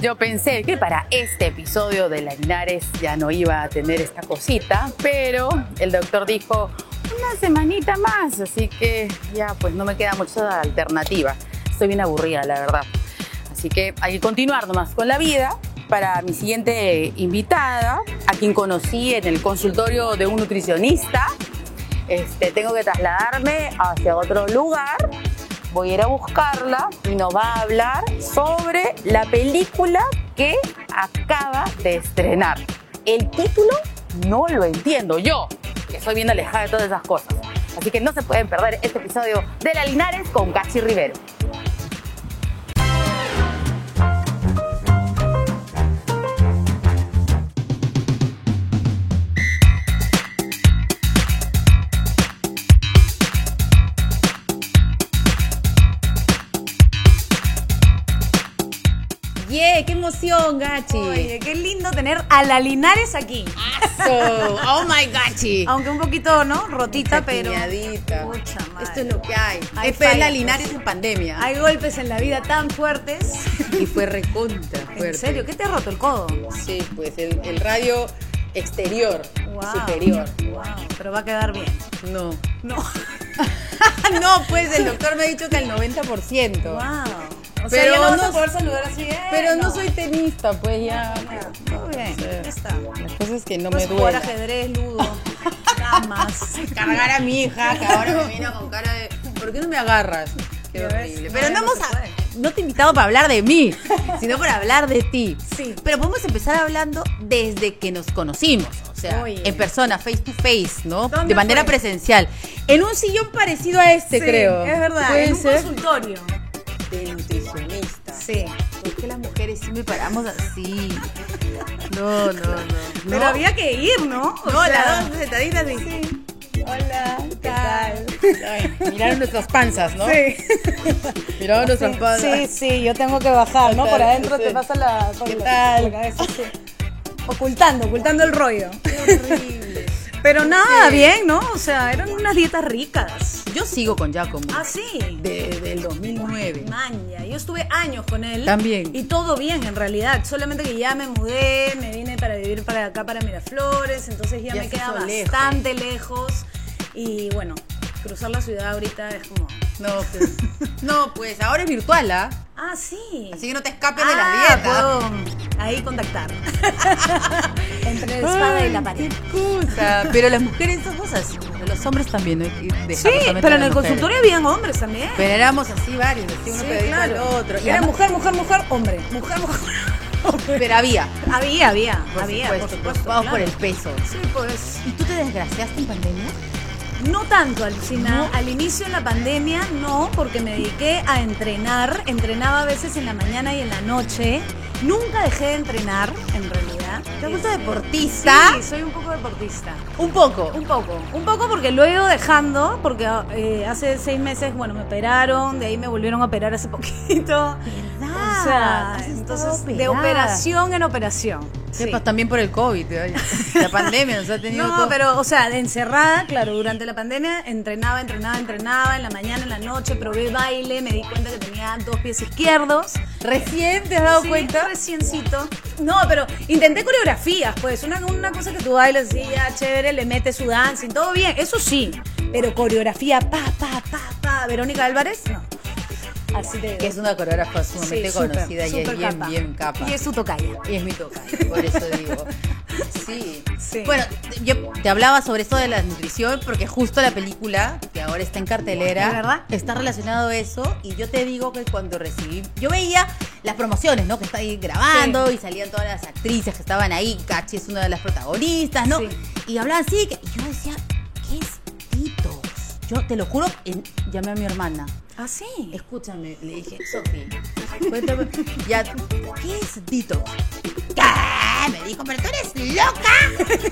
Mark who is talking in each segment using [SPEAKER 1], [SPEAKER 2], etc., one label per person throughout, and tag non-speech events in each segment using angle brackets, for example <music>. [SPEAKER 1] Yo pensé que para este episodio de La Linares ya no iba a tener esta cosita, pero el doctor dijo una semanita más, así que ya pues no me queda mucha alternativa. Estoy bien aburrida, la verdad. Así que hay que continuar nomás con la vida. Para mi siguiente invitada, a quien conocí en el consultorio de un nutricionista, este, tengo que trasladarme hacia otro lugar. Voy a ir a buscarla y nos va a hablar sobre la película que acaba de estrenar. El título no lo entiendo yo, que soy bien alejada de todas esas cosas. Así que no se pueden perder este episodio de La Linares con Cachi Rivero.
[SPEAKER 2] ¡Yeah! ¡Qué emoción, Gachi!
[SPEAKER 3] Oye, qué lindo tener a la Linares aquí.
[SPEAKER 2] So, ¡Oh, my Gachi!
[SPEAKER 3] Aunque un poquito, ¿no? Rotita, pero.
[SPEAKER 2] Peñadita.
[SPEAKER 3] Mucha madre.
[SPEAKER 2] Esto es lo que hay.
[SPEAKER 3] Hay
[SPEAKER 2] Esto es la
[SPEAKER 3] fallos.
[SPEAKER 2] Linares en pandemia.
[SPEAKER 3] Hay golpes en la vida tan fuertes. <laughs>
[SPEAKER 2] Y fue recontra fuerte.
[SPEAKER 3] En serio, ¿qué te ha roto el codo?
[SPEAKER 2] Sí, pues el, el radio exterior,
[SPEAKER 3] Guau.
[SPEAKER 2] superior.
[SPEAKER 3] Wow, pero va a quedar bien.
[SPEAKER 2] <laughs> No.
[SPEAKER 3] No.
[SPEAKER 2] no, pues el doctor me ha dicho que el 90%.
[SPEAKER 3] Wow. O sea,
[SPEAKER 2] Pero
[SPEAKER 3] ya no, vas
[SPEAKER 2] no-
[SPEAKER 3] a poder saludar así. ¡eh!
[SPEAKER 2] Pero no soy tenista, pues ya.
[SPEAKER 3] Todo bien, ya está.
[SPEAKER 2] Las cosas que no
[SPEAKER 3] Puedes
[SPEAKER 2] me
[SPEAKER 3] jugar
[SPEAKER 2] duelen.
[SPEAKER 3] ajedrez, ludo,
[SPEAKER 2] <laughs>
[SPEAKER 3] damas.
[SPEAKER 2] Cargar a mi hija, que ahora me mira con cara de. ¿Por qué no me agarras? Qué
[SPEAKER 3] Ya ves,
[SPEAKER 2] horrible.
[SPEAKER 3] no,
[SPEAKER 2] Pero no
[SPEAKER 3] no
[SPEAKER 2] hemos.
[SPEAKER 3] se
[SPEAKER 2] a-
[SPEAKER 3] puede.
[SPEAKER 2] No te he invitado para hablar de mí, sino para hablar de ti.
[SPEAKER 3] Sí.
[SPEAKER 2] Pero podemos empezar hablando desde que nos conocimos, o sea,
[SPEAKER 3] Oye.
[SPEAKER 2] en persona, face to face, ¿no?
[SPEAKER 3] ¿Dónde
[SPEAKER 2] De manera
[SPEAKER 3] fue?
[SPEAKER 2] presencial. En un sillón parecido a este,
[SPEAKER 3] Sí,
[SPEAKER 2] creo.
[SPEAKER 3] Es verdad,
[SPEAKER 2] ¿Puede
[SPEAKER 3] en un
[SPEAKER 2] ser?
[SPEAKER 3] consultorio.
[SPEAKER 2] De nutricionista.
[SPEAKER 3] Sí.
[SPEAKER 2] ¿Por qué las mujeres siempre paramos así? No, no, no.
[SPEAKER 3] Pero
[SPEAKER 2] No.
[SPEAKER 3] había que ir, ¿no? O
[SPEAKER 2] No,
[SPEAKER 3] sea,
[SPEAKER 2] las dos sentaditas y...
[SPEAKER 3] Hola, ¿qué tal?
[SPEAKER 2] Ay, miraron nuestras panzas, ¿no?
[SPEAKER 3] Sí.
[SPEAKER 2] Miraron nuestras panzas.
[SPEAKER 3] Sí, sí, yo tengo que bajar, ¿no?
[SPEAKER 2] ¿Qué
[SPEAKER 3] Por
[SPEAKER 2] tal?
[SPEAKER 3] adentro
[SPEAKER 2] Sí.
[SPEAKER 3] te pasa la, con
[SPEAKER 2] ¿Qué
[SPEAKER 3] la-
[SPEAKER 2] tal?
[SPEAKER 3] la cabeza, sí. Ocultando, ocultando el rollo.
[SPEAKER 2] horrible.
[SPEAKER 3] Pero nada, bien, ¿no? O sea, eran unas dietas ricas.
[SPEAKER 2] Yo sigo con Giacomo.
[SPEAKER 3] Ah, sí.
[SPEAKER 2] Desde del 2009.
[SPEAKER 3] Maña, yo estuve años con él.
[SPEAKER 2] También.
[SPEAKER 3] Y todo bien, en realidad. Solamente que ya me mudé, me vine para vivir para acá, para Miraflores. Entonces ya,
[SPEAKER 2] Ya
[SPEAKER 3] me
[SPEAKER 2] se
[SPEAKER 3] queda
[SPEAKER 2] hizo lejos.
[SPEAKER 3] bastante lejos. Y bueno, cruzar la ciudad ahorita es como.
[SPEAKER 2] No, pues, no, pues ahora es virtual, ¿ah?
[SPEAKER 3] Ah, sí.
[SPEAKER 2] Así que no te escapes de
[SPEAKER 3] Ah,
[SPEAKER 2] las dietas.
[SPEAKER 3] puedo ahí contactar.
[SPEAKER 2] <laughs>
[SPEAKER 3] Entre la espada y la pared. <laughs>
[SPEAKER 2] Excusa. Pero las mujeres somos así. Los hombres también, ¿no? Y dejamos
[SPEAKER 3] Sí,
[SPEAKER 2] solamente
[SPEAKER 3] pero
[SPEAKER 2] a
[SPEAKER 3] en
[SPEAKER 2] las mujeres.
[SPEAKER 3] el consultorio habían hombres también.
[SPEAKER 2] Pero éramos así varios, así uno
[SPEAKER 3] Sí,
[SPEAKER 2] pedía al otro. Y
[SPEAKER 3] Era
[SPEAKER 2] además-
[SPEAKER 3] mujer, mujer, mujer, hombre. Mujer, mujer.
[SPEAKER 2] Pero había.
[SPEAKER 3] <laughs> Había, había,
[SPEAKER 2] Por
[SPEAKER 3] había,
[SPEAKER 2] supuesto,
[SPEAKER 3] por supuesto.
[SPEAKER 2] preocupados por
[SPEAKER 3] claro.
[SPEAKER 2] el peso.
[SPEAKER 3] Sí, pues.
[SPEAKER 2] ¿Y tú te desgraciaste en pandemia?
[SPEAKER 3] No tanto, Alucina. Al inicio de la pandemia, no, porque me dediqué a entrenar. Entrenaba a veces en la mañana y en la noche. Nunca dejé de entrenar, en realidad.
[SPEAKER 2] ¿Te has
[SPEAKER 3] gusta
[SPEAKER 2] vuelto deportista?
[SPEAKER 3] Sí, soy un poco deportista.
[SPEAKER 2] Un poco.
[SPEAKER 3] Un poco, un poco porque lo he ido dejando, porque eh, hace seis meses, bueno, me operaron, de ahí me volvieron a operar hace <laughs> poquito. O sea,
[SPEAKER 2] Has estado
[SPEAKER 3] entonces, de
[SPEAKER 2] operada.
[SPEAKER 3] operación en operación. sí.
[SPEAKER 2] Sepas pues, también por el COVID. ¿eh?
[SPEAKER 3] <laughs>
[SPEAKER 2] La pandemia nos ha tenido
[SPEAKER 3] No,
[SPEAKER 2] todo-
[SPEAKER 3] pero, o sea, de encerrada, claro, durante la pandemia entrenaba, entrenaba, entrenaba, en la mañana, en la noche, probé baile, me di cuenta que tenía dos pies izquierdos.
[SPEAKER 2] ¿Recién te has dado
[SPEAKER 3] Sí,
[SPEAKER 2] cuenta?
[SPEAKER 3] Reciencito. No, pero intenté coreografías, pues. Una, una cosa que tú bailas así, ya chévere, le metes su dancing, todo bien, eso sí. Pero coreografía, pa, pa, pa, pa. Verónica Álvarez, no. Así te digo.
[SPEAKER 2] Que es una coreógrafa sumamente
[SPEAKER 3] Sí, súper,
[SPEAKER 2] conocida y es
[SPEAKER 3] súper
[SPEAKER 2] bien, bien capa.
[SPEAKER 3] Y es su tocaya.
[SPEAKER 2] Y es mi tocaya, por eso digo. Sí.
[SPEAKER 3] Sí.
[SPEAKER 2] Bueno, te- yo te hablaba sobre esto de la nutrición porque justo la película que ahora está en cartelera
[SPEAKER 3] ¿Es verdad?
[SPEAKER 2] está relacionado a eso y yo te digo que cuando recibí, yo veía las promociones, ¿no? Que está ahí grabando y salían todas las actrices que estaban ahí, Cachi es una de las protagonistas, ¿no?
[SPEAKER 3] Sí.
[SPEAKER 2] Y hablaban así que y yo decía, ¿qué es Tito? Yo te lo juro, en- llamé a mi hermana.
[SPEAKER 3] Ah, sí.
[SPEAKER 2] Escúchame, le dije, Sofi, cuéntame. Ya, ¿qué es Dito? Me dijo, pero tú eres loca.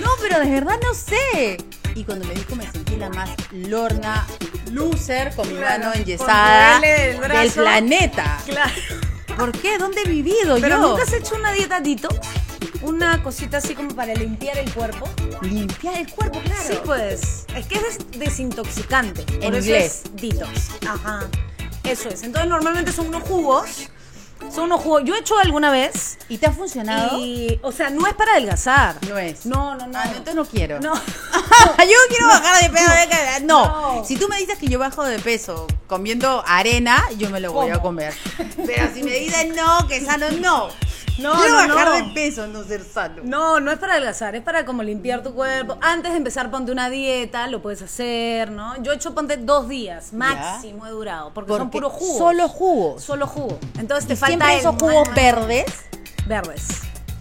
[SPEAKER 2] No, pero de verdad no sé. Y cuando me dijo, me sentí la más lorna loser con mi
[SPEAKER 3] Claro,
[SPEAKER 2] mano
[SPEAKER 3] con
[SPEAKER 2] enyesada
[SPEAKER 3] moverle del brazo.
[SPEAKER 2] del planeta.
[SPEAKER 3] Claro.
[SPEAKER 2] ¿Por qué? ¿Dónde he vivido
[SPEAKER 3] Pero
[SPEAKER 2] yo?
[SPEAKER 3] nunca has hecho una dieta detox, una cosita así como para limpiar el cuerpo.
[SPEAKER 2] Limpiar el cuerpo, claro.
[SPEAKER 3] Sí, pues. Es que es des- desintoxicante. Por
[SPEAKER 2] En
[SPEAKER 3] eso
[SPEAKER 2] inglés.
[SPEAKER 3] Es detox. Ajá. Eso es. Entonces, normalmente son unos jugos Son unos jugos. Yo he hecho alguna vez.
[SPEAKER 2] ¿Y te ha funcionado?
[SPEAKER 3] Y, o sea, no es para adelgazar.
[SPEAKER 1] No es.
[SPEAKER 3] No, no, no.
[SPEAKER 2] Ah, no, entonces no quiero. <laughs>
[SPEAKER 3] No.
[SPEAKER 2] yo quiero bajar de peso. de- No.
[SPEAKER 3] No.
[SPEAKER 2] si tú me dices que yo bajo de peso comiendo arena, yo me lo voy a comer. Pero si me dices no, que sano, no.
[SPEAKER 3] No,
[SPEAKER 2] quiero
[SPEAKER 3] no,
[SPEAKER 2] bajar
[SPEAKER 3] no.
[SPEAKER 2] de peso, no ser sano.
[SPEAKER 3] No, no es para adelgazar, es para como limpiar tu cuerpo. Antes de empezar, ponte una dieta, lo puedes hacer, ¿no? Yo he hecho, ponte dos días, máximo he durado, porque, son
[SPEAKER 2] Porque
[SPEAKER 3] puros jugos.
[SPEAKER 2] Solo jugos.
[SPEAKER 3] Solo jugo. Entonces te falta
[SPEAKER 2] Siempre
[SPEAKER 3] el-
[SPEAKER 2] esos jugos verdes.
[SPEAKER 3] verdes.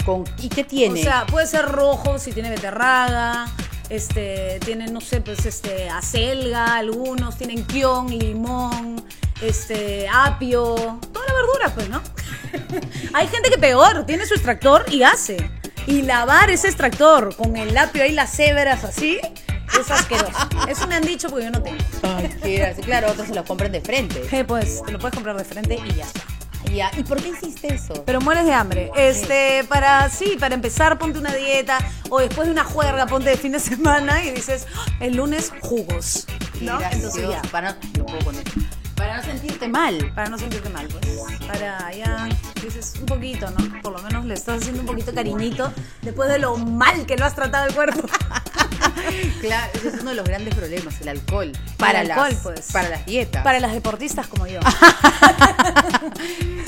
[SPEAKER 2] Con, ¿Y qué tiene?
[SPEAKER 3] O sea, puede ser rojo si tiene beterraga, este, tiene, no sé, pues este, acelga, algunos, tienen quión, limón, este, apio, toda la verdura, pues, ¿no? <laughs> Hay gente que peor, tiene su extractor y hace. Y lavar ese extractor con el apio ahí las hebras así, es <laughs> asqueroso. Eso me han dicho porque yo no tengo.
[SPEAKER 2] Ay, qué gracioso. claro, otros se los compran de frente.
[SPEAKER 3] Eh, pues te lo puedes comprar de frente y ya está.
[SPEAKER 2] Ay, ya. ¿Y por qué hiciste eso?
[SPEAKER 3] Pero mueres de hambre. Este, para, sí, para empezar, ponte una dieta o después de una juerga, ponte de fin de <laughs> semana y dices, "Ah, el lunes jugos.
[SPEAKER 2] Qué
[SPEAKER 3] ¿No? Entonces
[SPEAKER 2] gracioso.
[SPEAKER 3] ya.
[SPEAKER 2] Para no, no puedo con esto. Para no sentirte mal.
[SPEAKER 3] Para no sentirte mal, pues. Para ya, dices un poquito, ¿no? Por lo menos le estás haciendo un poquito cariñito después de lo mal que lo has tratado el cuerpo.
[SPEAKER 2] Claro, ese es uno de los grandes problemas, el alcohol. Para,
[SPEAKER 3] El alcohol,
[SPEAKER 2] las,
[SPEAKER 3] pues.
[SPEAKER 2] para las dietas.
[SPEAKER 3] <laughs> Para las deportistas como yo.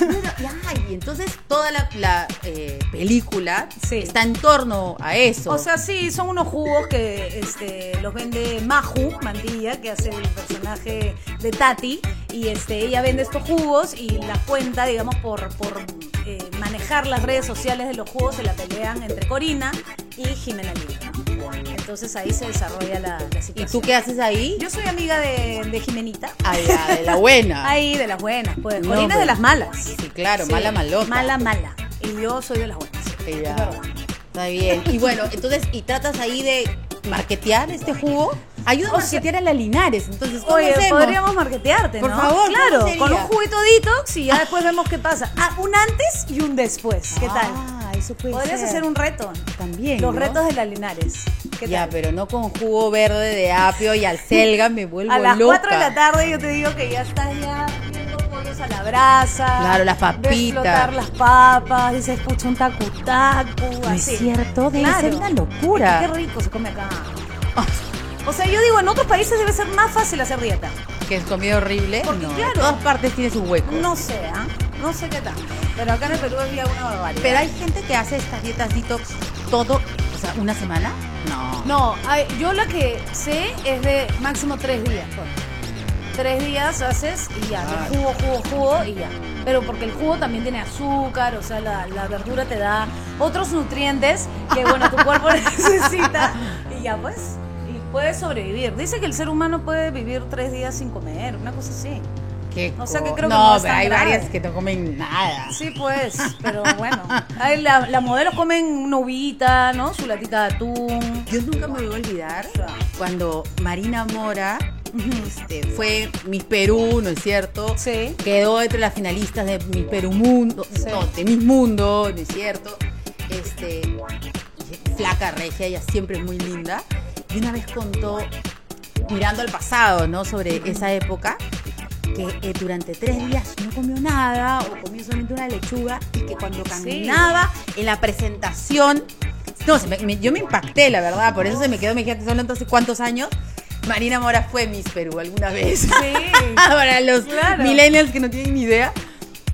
[SPEAKER 2] Bueno, y ay, entonces toda la, la, eh, película
[SPEAKER 3] Sí.
[SPEAKER 2] está en torno a eso.
[SPEAKER 3] O sea, sí, son unos jugos que este, los vende Maju, Mandilla, que hace el personaje de Tati. Y este, ella vende estos jugos y la cuenta, digamos, por, por eh, manejar las redes sociales de los jugos, se la pelean entre Corina y Jimena Lima. ¿no? Entonces ahí se desarrolla la, la
[SPEAKER 2] ¿y
[SPEAKER 3] situación.
[SPEAKER 2] tú qué haces ahí?
[SPEAKER 3] Yo soy amiga de, de Jimenita.
[SPEAKER 2] Ay, ya, de la
[SPEAKER 3] <laughs>
[SPEAKER 2] buena.
[SPEAKER 3] Ahí, de las buenas, pues.
[SPEAKER 2] Ah. No,
[SPEAKER 3] Corina es
[SPEAKER 2] pues.
[SPEAKER 3] de las malas.
[SPEAKER 2] Sí, claro, mala malota.
[SPEAKER 3] Mala, mala. Y yo soy de las buenas.
[SPEAKER 2] Ay,
[SPEAKER 3] Es
[SPEAKER 2] ya.
[SPEAKER 3] verdad.
[SPEAKER 2] Está bien. Y bueno, entonces, ¿y tratas ahí de marketear este jugo? Ayuda a
[SPEAKER 3] O sea-
[SPEAKER 2] marketear a la Linares, entonces, ¿cómo
[SPEAKER 3] Oye,
[SPEAKER 2] hacemos?
[SPEAKER 3] podríamos marketearte,
[SPEAKER 2] Por
[SPEAKER 3] ¿no?
[SPEAKER 2] favor,
[SPEAKER 3] claro,
[SPEAKER 2] ¿cómo sería?
[SPEAKER 3] con un juguito detox y ya después vemos qué pasa. Ah, un antes y un después. ¿Qué tal?
[SPEAKER 2] Ah, eso puede
[SPEAKER 3] Podrías
[SPEAKER 2] ser.
[SPEAKER 3] hacer un reto.
[SPEAKER 2] También,
[SPEAKER 3] Los
[SPEAKER 2] ¿no?
[SPEAKER 3] retos de las Linares. ¿Qué
[SPEAKER 2] Ya,
[SPEAKER 3] tal?
[SPEAKER 2] pero no con jugo verde de apio y alcelga, me vuelvo
[SPEAKER 3] a las
[SPEAKER 2] loca.
[SPEAKER 3] 4 de la tarde yo te digo que ya estás ya viendo pollos a la brasa.
[SPEAKER 2] Claro, las papitas.
[SPEAKER 3] de explotar las papas, dices, escucha un tacu tacu,
[SPEAKER 2] No es
[SPEAKER 3] así.
[SPEAKER 2] cierto, debe
[SPEAKER 3] Claro.
[SPEAKER 2] ser una locura.
[SPEAKER 3] Qué rico se come acá. O sea, yo digo, en otros países debe ser más fácil hacer dieta.
[SPEAKER 2] Que es comida horrible.
[SPEAKER 3] Porque,
[SPEAKER 2] no,
[SPEAKER 3] claro.
[SPEAKER 2] en todas partes tiene sus huecos.
[SPEAKER 3] No sé, ¿ah? No sé qué tal. Pero acá en el Perú había una barbaridad.
[SPEAKER 2] Pero hay gente que hace estas dietas detox todo, o sea, una semana. No.
[SPEAKER 3] No, ay, yo la que sé es de máximo tres días. pues. Tres días haces y ya, de
[SPEAKER 2] Ah.
[SPEAKER 3] jugo, jugo, jugo y ya. Pero porque el jugo también tiene azúcar, o sea, la, la verdura te da otros nutrientes que, bueno, tu cuerpo <laughs> necesita. Y ya, pues, y puedes sobrevivir. Dice que el ser humano puede vivir tres días sin comer, una cosa así.
[SPEAKER 2] Qué
[SPEAKER 3] O sea,
[SPEAKER 2] co-
[SPEAKER 3] que creo que
[SPEAKER 2] no,
[SPEAKER 3] no es
[SPEAKER 2] pero
[SPEAKER 3] tan
[SPEAKER 2] hay
[SPEAKER 3] grave.
[SPEAKER 2] varias que no comen nada.
[SPEAKER 3] Sí, pues, pero bueno. Ay, la, la modelo comen una uvita, ¿no? Su latita de atún.
[SPEAKER 2] Yo nunca me voy a olvidar cuando Marina Mora este, fue Miss Perú, ¿no es cierto?
[SPEAKER 3] Sí.
[SPEAKER 2] Quedó entre las finalistas de Miss Perú Mundo,
[SPEAKER 3] Sí.
[SPEAKER 2] no, de Miss Mundo, ¿no es cierto? Este, y flaca, regia, ella siempre es muy linda. Y una vez contó, mirando al pasado, ¿no? Sobre esa época, que eh, durante tres días no comió nada o comió solamente una lechuga y que cuando caminaba en la presentación, no, se me- me- yo me impacté, la verdad, por eso se me quedó, me dijiste, solo entonces cuántos años. Marina Mora fue Miss Perú alguna vez.
[SPEAKER 3] Sí.
[SPEAKER 2] Para los
[SPEAKER 3] Claro.
[SPEAKER 2] millennials que no tienen ni idea.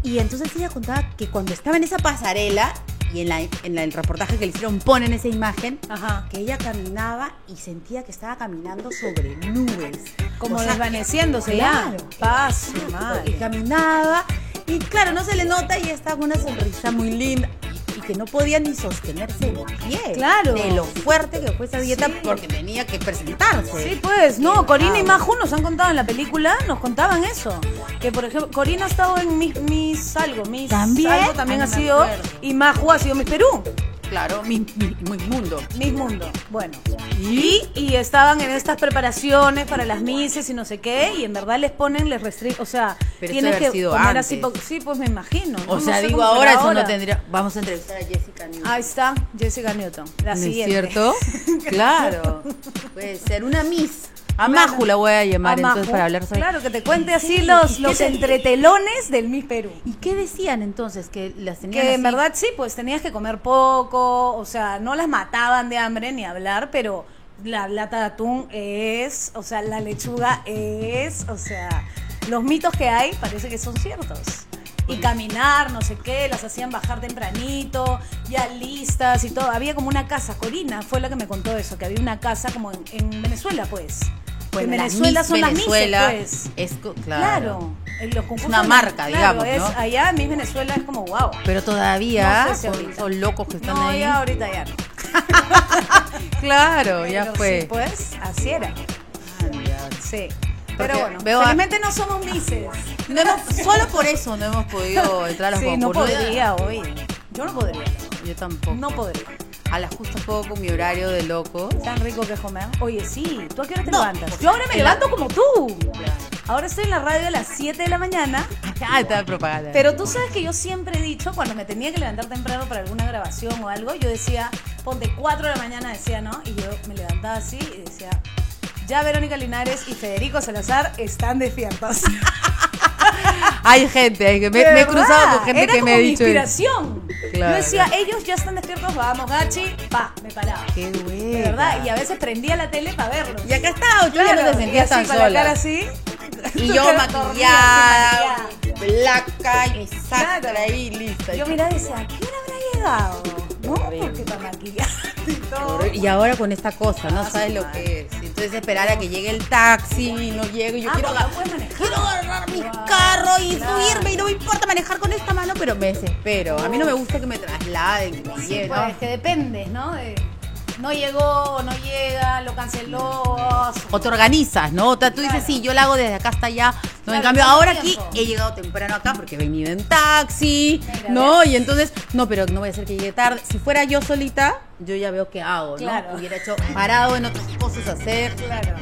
[SPEAKER 2] Y entonces ella contaba que cuando estaba en esa pasarela y en, la- en la- el reportaje que le hicieron ponen esa imagen,
[SPEAKER 3] Ajá.
[SPEAKER 2] que ella caminaba y sentía que estaba caminando sobre nubes.
[SPEAKER 3] Como
[SPEAKER 2] O sea,
[SPEAKER 3] desvaneciéndose
[SPEAKER 2] claro.
[SPEAKER 3] ya. Paso,
[SPEAKER 2] y
[SPEAKER 3] madre.
[SPEAKER 2] caminaba y claro, no se le nota y estaba con una sonrisa muy linda y que no podía ni sostenerse de pie.
[SPEAKER 3] Claro.
[SPEAKER 2] De lo fuerte que fue esa dieta
[SPEAKER 3] Sí.
[SPEAKER 2] porque tenía que presentarse.
[SPEAKER 3] Sí, pues, no, Corina y
[SPEAKER 2] Wow.
[SPEAKER 3] Maju nos han contado en la película, nos contaban eso. Que, por ejemplo, Corina ha estado en Miss, Miss algo, Miss
[SPEAKER 2] ¿También?
[SPEAKER 3] algo también
[SPEAKER 2] Ah,
[SPEAKER 3] ha
[SPEAKER 2] no me
[SPEAKER 3] sido,
[SPEAKER 2] acuerdo.
[SPEAKER 3] y Maju ha sido Miss Perú,
[SPEAKER 2] Claro, mi, mi- mi mundo.
[SPEAKER 3] Miss Mundo, bueno. Y, y estaban en estas preparaciones para las Misses y no sé qué, y en verdad les ponen, les restringen, o sea,
[SPEAKER 2] Pero eso
[SPEAKER 3] tienes
[SPEAKER 2] debe
[SPEAKER 3] que
[SPEAKER 2] haber sido
[SPEAKER 3] comer
[SPEAKER 2] antes.
[SPEAKER 3] así, po- sí, pues me imagino.
[SPEAKER 2] O
[SPEAKER 3] No,
[SPEAKER 2] sea,
[SPEAKER 3] no sé
[SPEAKER 2] digo
[SPEAKER 3] cómo
[SPEAKER 2] ahora,
[SPEAKER 3] será
[SPEAKER 2] eso no tendría. Vamos a entrevistar a Jessica Newman.
[SPEAKER 3] Ahí está, Jessica Newton, la
[SPEAKER 2] ¿No es <laughs>
[SPEAKER 3] siguiente.
[SPEAKER 2] cierto? claro. Puede ser una Miss A Maju la voy a llamar entonces para hablar sobre.
[SPEAKER 3] Claro, que te cuente así los, los entretelones del Miss Perú.
[SPEAKER 2] ¿Y qué decían entonces? Que las tenían
[SPEAKER 3] Que en
[SPEAKER 2] así?
[SPEAKER 3] verdad sí, pues tenías que comer poco, o sea, no las mataban de hambre ni hablar, pero la lata de atún es, o sea, la lechuga es, o sea, los mitos que hay parece que son ciertos. Y caminar, no sé qué, las hacían bajar tempranito, ya listas y todo. Había como una casa, Corina fue la que me contó eso, que había una casa como en, en Venezuela, pues. Que en
[SPEAKER 2] Bueno, las
[SPEAKER 3] Venezuela
[SPEAKER 2] Miss
[SPEAKER 3] son
[SPEAKER 2] Venezuela
[SPEAKER 3] las misas, pues.
[SPEAKER 2] es co- claro.
[SPEAKER 3] Claro. en los concursos
[SPEAKER 2] una
[SPEAKER 3] de-
[SPEAKER 2] marca,
[SPEAKER 3] claro,
[SPEAKER 2] digamos,
[SPEAKER 3] es-
[SPEAKER 2] ¿no?
[SPEAKER 3] allá en Miss Venezuela es como wow.
[SPEAKER 2] Pero todavía
[SPEAKER 3] No sé si
[SPEAKER 2] son,
[SPEAKER 3] ahorita.
[SPEAKER 2] son locos que están
[SPEAKER 3] No,
[SPEAKER 2] ahí.
[SPEAKER 3] ya ahorita ya no.
[SPEAKER 2] Claro, ya
[SPEAKER 3] Pero
[SPEAKER 2] fue.
[SPEAKER 3] sí, pues, así era. Sí. Pero
[SPEAKER 2] Porque
[SPEAKER 3] bueno,
[SPEAKER 2] veo a-
[SPEAKER 3] felizmente no somos mises.
[SPEAKER 2] No hemos- solo por eso no hemos podido entrar a los
[SPEAKER 3] Sí, no
[SPEAKER 2] concursos.
[SPEAKER 3] podría hoy. Yo no podría.
[SPEAKER 2] Yo tampoco.
[SPEAKER 3] No podría.
[SPEAKER 2] A las justas puedo con mi horario de loco.
[SPEAKER 3] Tan rico que es comer. Oye, sí. ¿Tú a qué hora te
[SPEAKER 2] No,
[SPEAKER 3] levantas? Yo ahora me
[SPEAKER 2] el-
[SPEAKER 3] levanto como tú. Ahora estoy en la radio a las 7 de la mañana.
[SPEAKER 2] Ah, está de propaganda.
[SPEAKER 3] Pero tú sabes que yo siempre he dicho, cuando me tenía que levantar temprano para alguna grabación o algo, yo decía, ponte 4 de la mañana, decía, ¿no? Y yo me levantaba así y decía, ya Verónica Linares y Federico Salazar están despiertos.
[SPEAKER 2] hay gente, hay que- me,
[SPEAKER 3] De
[SPEAKER 2] me he cruzado
[SPEAKER 3] verdad,
[SPEAKER 2] con gente
[SPEAKER 3] era
[SPEAKER 2] que me
[SPEAKER 3] como
[SPEAKER 2] ha
[SPEAKER 3] mi
[SPEAKER 2] dicho eso.
[SPEAKER 3] inspiración.
[SPEAKER 2] Claro.
[SPEAKER 3] Yo decía, ellos ya están despiertos, vamos, Gachi, pa, me paraba.
[SPEAKER 2] Qué
[SPEAKER 3] De
[SPEAKER 2] güey.
[SPEAKER 3] verdad, y a veces prendía la tele para verlos.
[SPEAKER 2] Y acá está, yo
[SPEAKER 3] Claro,
[SPEAKER 2] no te
[SPEAKER 3] y
[SPEAKER 2] sentías
[SPEAKER 3] así,
[SPEAKER 2] tan
[SPEAKER 3] con la <laughs> cara
[SPEAKER 2] sola.
[SPEAKER 3] así.
[SPEAKER 2] Y
[SPEAKER 3] <laughs> tu
[SPEAKER 2] yo
[SPEAKER 3] cara dormida, así,
[SPEAKER 2] maquillada,
[SPEAKER 3] maquillada.
[SPEAKER 2] blanca, exacta,
[SPEAKER 3] Claro.
[SPEAKER 2] ahí lista.
[SPEAKER 3] Yo miraba y decía, ¿a qué hora habrá llegado? No, porque para maquillarte y todo.
[SPEAKER 2] y ahora con esta cosa, no
[SPEAKER 3] Ah,
[SPEAKER 2] sabes
[SPEAKER 3] sí,
[SPEAKER 2] lo
[SPEAKER 3] madre.
[SPEAKER 2] que es. Entonces esperar a que llegue el taxi y no llegue. Yo
[SPEAKER 3] Ah,
[SPEAKER 2] quiero,
[SPEAKER 3] porque
[SPEAKER 2] agar-
[SPEAKER 3] no puedes manejar.
[SPEAKER 2] quiero agarrar mi
[SPEAKER 3] Claro,
[SPEAKER 2] carro y
[SPEAKER 3] claro.
[SPEAKER 2] subirme y no me importa manejar con esta mano, pero me desespero. A mí no me gusta que me trasladen, que me
[SPEAKER 3] Sí,
[SPEAKER 2] lleven.
[SPEAKER 3] pues, que depende, ¿no? De- no llegó, no llega, lo canceló.
[SPEAKER 2] O te organizas, ¿no? O sea, tú dices,
[SPEAKER 3] Claro.
[SPEAKER 2] sí, yo la hago desde acá hasta allá. No, en
[SPEAKER 3] Claro,
[SPEAKER 2] cambio,
[SPEAKER 3] no hay
[SPEAKER 2] ahora aquí
[SPEAKER 3] tiempo.
[SPEAKER 2] he llegado temprano acá porque he venido en taxi,
[SPEAKER 3] Mira,
[SPEAKER 2] ¿no? Y entonces, no, pero no voy a hacer que llegue tarde. Si fuera yo solita, yo ya veo qué hago, ¿no?
[SPEAKER 3] Claro.
[SPEAKER 2] Hubiera hecho parado en otras cosas a hacer.
[SPEAKER 3] Claro.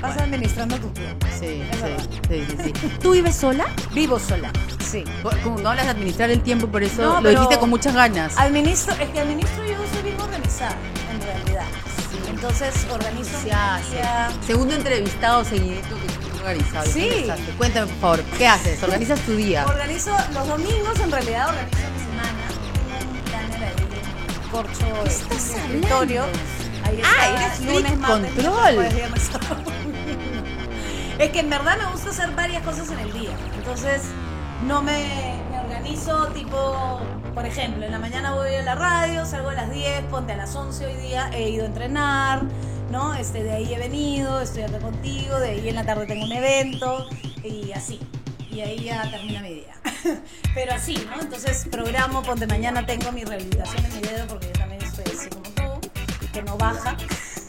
[SPEAKER 3] Vas administrando tu tiempo.
[SPEAKER 2] Sí,
[SPEAKER 3] Es verdad.
[SPEAKER 2] sí, sí, sí, sí. ¿Tú vives sola?
[SPEAKER 3] Vivo sola. Sí.
[SPEAKER 2] Vos, Como no hablas de administrar el tiempo, por eso
[SPEAKER 3] No,
[SPEAKER 2] lo
[SPEAKER 3] pero-
[SPEAKER 2] dijiste con muchas ganas.
[SPEAKER 3] Administro, es que administro yo soy bien organizada, en realidad. Entonces organizo mi
[SPEAKER 2] Se hace.
[SPEAKER 3] día.
[SPEAKER 2] Segundo entrevistado seguidito que tú organizado. y
[SPEAKER 3] Sí.
[SPEAKER 2] tú organizaste. Cuéntame, por favor, ¿qué haces? ¿Organizas tu día?
[SPEAKER 3] Organizo los domingos, en realidad organizo mi semana. Tengo un planner ahí de corcho
[SPEAKER 2] estás
[SPEAKER 3] en mi escritorio. Ahí
[SPEAKER 2] Ah,
[SPEAKER 3] está,
[SPEAKER 2] eres
[SPEAKER 3] lunes,
[SPEAKER 2] freak
[SPEAKER 3] martes, miércoles,
[SPEAKER 2] control.
[SPEAKER 3] jueves, viernes, <laughs> sábado. es que en verdad me gusta hacer varias cosas en el día. Entonces no me, me organizo tipo, por ejemplo, en la mañana voy a la radio, salgo a las 10, ponte a las 11 hoy día, he ido a entrenar. ¿No? Este, de ahí he venido, estoy acá contigo, de ahí en la tarde tengo un evento y así. Y ahí ya termina mi día. <laughs> Pero así, ¿no? Entonces programo, ponte mañana tengo mi rehabilitación de mi dedo porque yo también estoy así como tú, que no baja.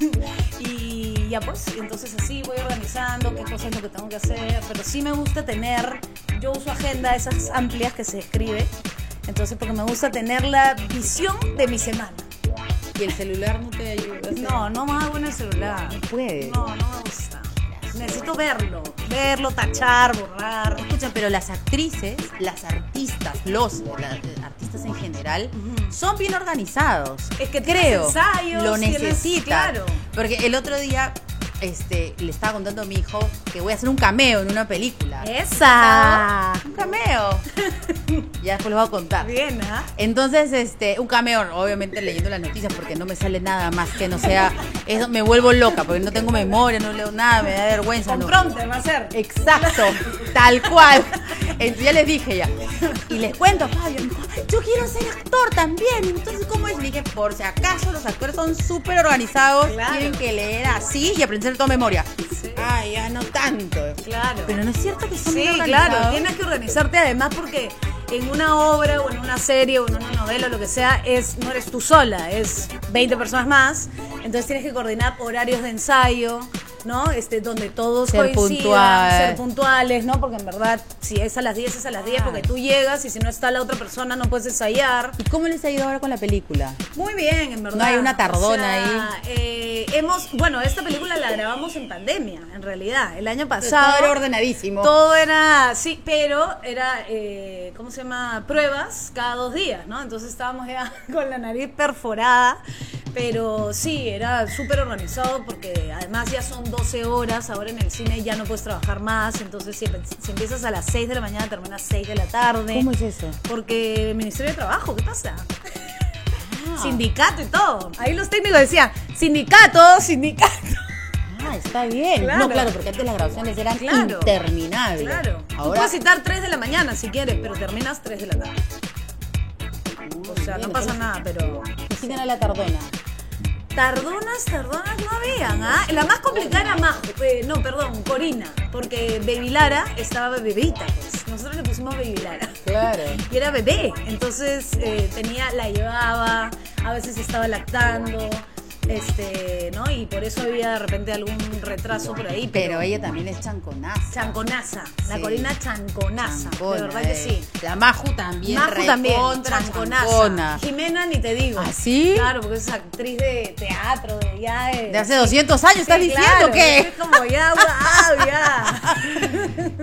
[SPEAKER 3] <laughs> y ya pues, entonces así voy organizando qué cosas es lo que tengo que hacer. Pero sí me gusta tener, yo uso agenda, esas amplias que se escribe. Entonces porque me gusta tener la visión de mi semana. Pues
[SPEAKER 2] ¿Y el celular no te ayuda?
[SPEAKER 3] No, no me hago en el celular.
[SPEAKER 2] puede.
[SPEAKER 3] No, no me gusta. Necesito verlo, verlo, tachar, borrar.
[SPEAKER 2] Escucha, pero las actrices, las artistas, los la- eh, artistas en general,
[SPEAKER 3] Ujú.
[SPEAKER 2] son bien organizados.
[SPEAKER 3] Es que tienes
[SPEAKER 2] creo.
[SPEAKER 3] ensayos,
[SPEAKER 2] lo
[SPEAKER 3] tienes-
[SPEAKER 2] necesitan.
[SPEAKER 3] claro.
[SPEAKER 2] Porque el otro día este, le estaba contando a mi hijo que voy a hacer un cameo en una película.
[SPEAKER 3] ¡Esa!
[SPEAKER 2] Un cameo. ya después lo voy a contar.
[SPEAKER 3] Bien, ¿ah?
[SPEAKER 2] Entonces, este, un cameo, obviamente leyendo las noticias porque no me sale nada más que no sea, eso me vuelvo loca porque no tengo memoria, no leo nada, me da vergüenza.
[SPEAKER 3] Con
[SPEAKER 2] no.
[SPEAKER 3] Pronter va a ser.
[SPEAKER 2] Eh, Exacto, tal cual. Entonces ya les dije ya. Y les cuento, Fabio, me dijo, yo quiero ser actor también. Entonces, ¿cómo es? Le dije, por si acaso los actores son súper organizados,
[SPEAKER 3] Claro.
[SPEAKER 2] tienen que leer así y aprender toda memoria. Ay, ya no tanto.
[SPEAKER 3] Claro.
[SPEAKER 2] Pero no es cierto que son
[SPEAKER 3] Sí,
[SPEAKER 2] bien
[SPEAKER 3] claro,
[SPEAKER 2] organizados.
[SPEAKER 3] tienes que organizarte además porque en una obra o en una serie o en una novela o lo que sea, es no eres tú sola, es 20 personas más, entonces tienes que coordinar horarios de ensayo, ¿no? Este, donde todos
[SPEAKER 2] Ser
[SPEAKER 3] coincidan,
[SPEAKER 2] puntual.
[SPEAKER 3] ser puntuales, ¿no? Porque en verdad, si es a las 10, es a las 10 porque tú llegas y si no está la otra persona no puedes ensayar.
[SPEAKER 2] ¿Y cómo les ha ido ahora con la película?
[SPEAKER 3] Muy bien, en verdad.
[SPEAKER 2] No hay una tardona ahí.
[SPEAKER 3] eh, hemos, bueno, esta película la grabamos en pandemia, en realidad, el año pasado.
[SPEAKER 2] Todo era ordenadísimo.
[SPEAKER 3] Todo era, sí, pero era, eh, ¿cómo <laughs> se llama? Pruebas cada dos días, ¿no? Entonces estábamos ya con la nariz perforada, Pero sí, era súper organizado porque además ya son 12 horas, ahora en el cine ya no puedes trabajar más, entonces si, si empiezas a las 6 de la mañana, terminas 6 de la tarde.
[SPEAKER 2] ¿Cómo es eso?
[SPEAKER 3] Porque el Ministerio de Trabajo, ¿qué pasa? Sindicato y todo. Ahí los técnicos decían, sindicato, sindicato.
[SPEAKER 2] Ah, está bien.
[SPEAKER 3] Claro.
[SPEAKER 2] No, claro, porque antes las grabaciones eran
[SPEAKER 3] Claro.
[SPEAKER 2] interminables.
[SPEAKER 3] Claro. Tú
[SPEAKER 2] Ahora,
[SPEAKER 3] puedes citar 3 de la mañana si quieres, pero terminas 3 de la tarde.
[SPEAKER 2] Muy
[SPEAKER 3] O sea,
[SPEAKER 2] bien,
[SPEAKER 3] no pasa
[SPEAKER 2] entonces,
[SPEAKER 3] nada, pero...
[SPEAKER 2] ¿qué cine era la tardona?
[SPEAKER 3] Tardonas, tardonas no habían, ¿ah? La más complicada era más, eh, no, perdón, Corina, porque Baby Lara estaba bebita, pues. Nosotros le pusimos Baby Lara.
[SPEAKER 2] Claro.
[SPEAKER 3] Y era bebé, entonces eh, tenía, la llevaba, a veces estaba lactando, este, ¿no? Y por eso había de repente algún retraso por ahí.
[SPEAKER 2] Pero ella también es chanconaza.
[SPEAKER 3] Chanconaza, la
[SPEAKER 2] Sí.
[SPEAKER 3] Corina Chanconaza, de
[SPEAKER 2] Chancona,
[SPEAKER 3] verdad
[SPEAKER 2] eh.
[SPEAKER 3] que sí.
[SPEAKER 2] La Maju también.
[SPEAKER 3] Majo también,
[SPEAKER 2] recontra
[SPEAKER 3] Chanconaza.
[SPEAKER 2] chancona.
[SPEAKER 3] Jimena ni te digo.
[SPEAKER 2] ¿Ah, sí?
[SPEAKER 3] Claro, porque es actriz de teatro, de ya
[SPEAKER 2] De hace 200 años, ¿estás
[SPEAKER 3] Sí,
[SPEAKER 2] diciendo
[SPEAKER 3] claro,
[SPEAKER 2] que?
[SPEAKER 3] Es como ya, wow, ya.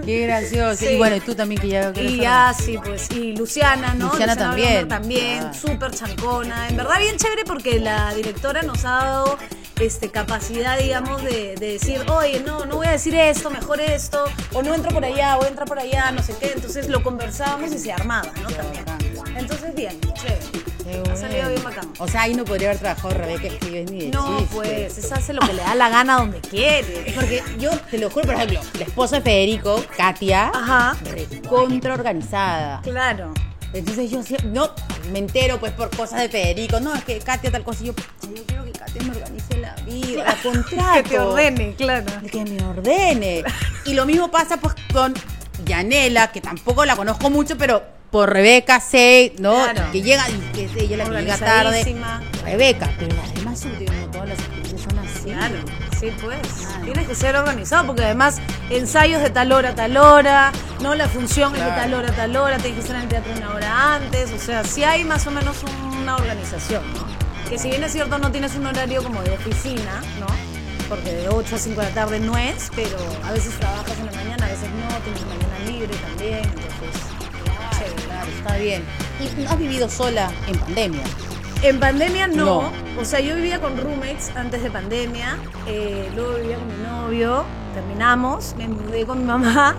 [SPEAKER 2] <laughs> Qué gracioso.
[SPEAKER 3] Sí.
[SPEAKER 2] Y bueno, y tú también que ya... que eres
[SPEAKER 3] Y ya, sí, pues. Y Luciana, ¿no?
[SPEAKER 2] Luciana también.
[SPEAKER 3] Blonder También,
[SPEAKER 2] Ah.
[SPEAKER 3] súper chancona. En verdad, bien chévere porque la directora nos ha dado este, capacidad, digamos, de, de decir, oye, no, no voy a decir esto, mejor esto, o no entro por allá, o entra por allá, no sé qué. Entonces lo conversábamos y se armaba, ¿no? También.
[SPEAKER 2] bacán.
[SPEAKER 3] Entonces, bien, chévere.
[SPEAKER 2] Qué
[SPEAKER 3] Ha salido
[SPEAKER 2] bueno.
[SPEAKER 3] bien bacán.
[SPEAKER 2] O sea, ahí no podría haber trabajado Rebeca Escribes ni de
[SPEAKER 3] No,
[SPEAKER 2] chiste.
[SPEAKER 3] pues, esa hace lo que le da la gana donde quiere.
[SPEAKER 2] Porque yo te lo juro, por ejemplo, la esposa de Federico, Katia,
[SPEAKER 3] Ajá.
[SPEAKER 2] recontra organizada.
[SPEAKER 3] Claro.
[SPEAKER 2] Entonces yo siempre, no, me entero pues por cosas de Federico, no, es que Katia tal cosa, y yo, "Pucha, yo quiero que Katia me organice la vida, la contrato.
[SPEAKER 3] <laughs> Que te ordene, claro.
[SPEAKER 2] Que me ordene. Y lo mismo pasa pues con Yanela, que tampoco la conozco mucho, pero por Rebeca sé, ¿no?
[SPEAKER 3] Claro.
[SPEAKER 2] Que llega, y que es ella la que llega tarde.
[SPEAKER 3] Organizadísima.
[SPEAKER 2] Rebeca, pero las demás son, digo, todas las actrices son así.
[SPEAKER 3] Claro, sí, pues.
[SPEAKER 2] Claro.
[SPEAKER 3] Tienes que ser organizado porque además ensayos de tal hora a tal hora, ¿no? La función es de
[SPEAKER 2] Claro.
[SPEAKER 3] tal hora a tal hora, tienes que estar en el teatro una hora antes. O sea, sí hay más o menos una organización, ¿no? Que si bien es cierto, no tienes un horario como de oficina, ¿no? Porque de 8 a 5 de la tarde no es, pero a veces trabajas en la mañana, a veces no, tienes la mañana libre también, entonces. chévere.
[SPEAKER 2] Claro, está bien. ¿Y has vivido sola en pandemia?
[SPEAKER 3] En pandemia no.
[SPEAKER 2] No.
[SPEAKER 3] O sea, yo vivía con roommates antes de pandemia. eh, luego vivía con mi novio. Terminamos. Me mudé con mi mamá.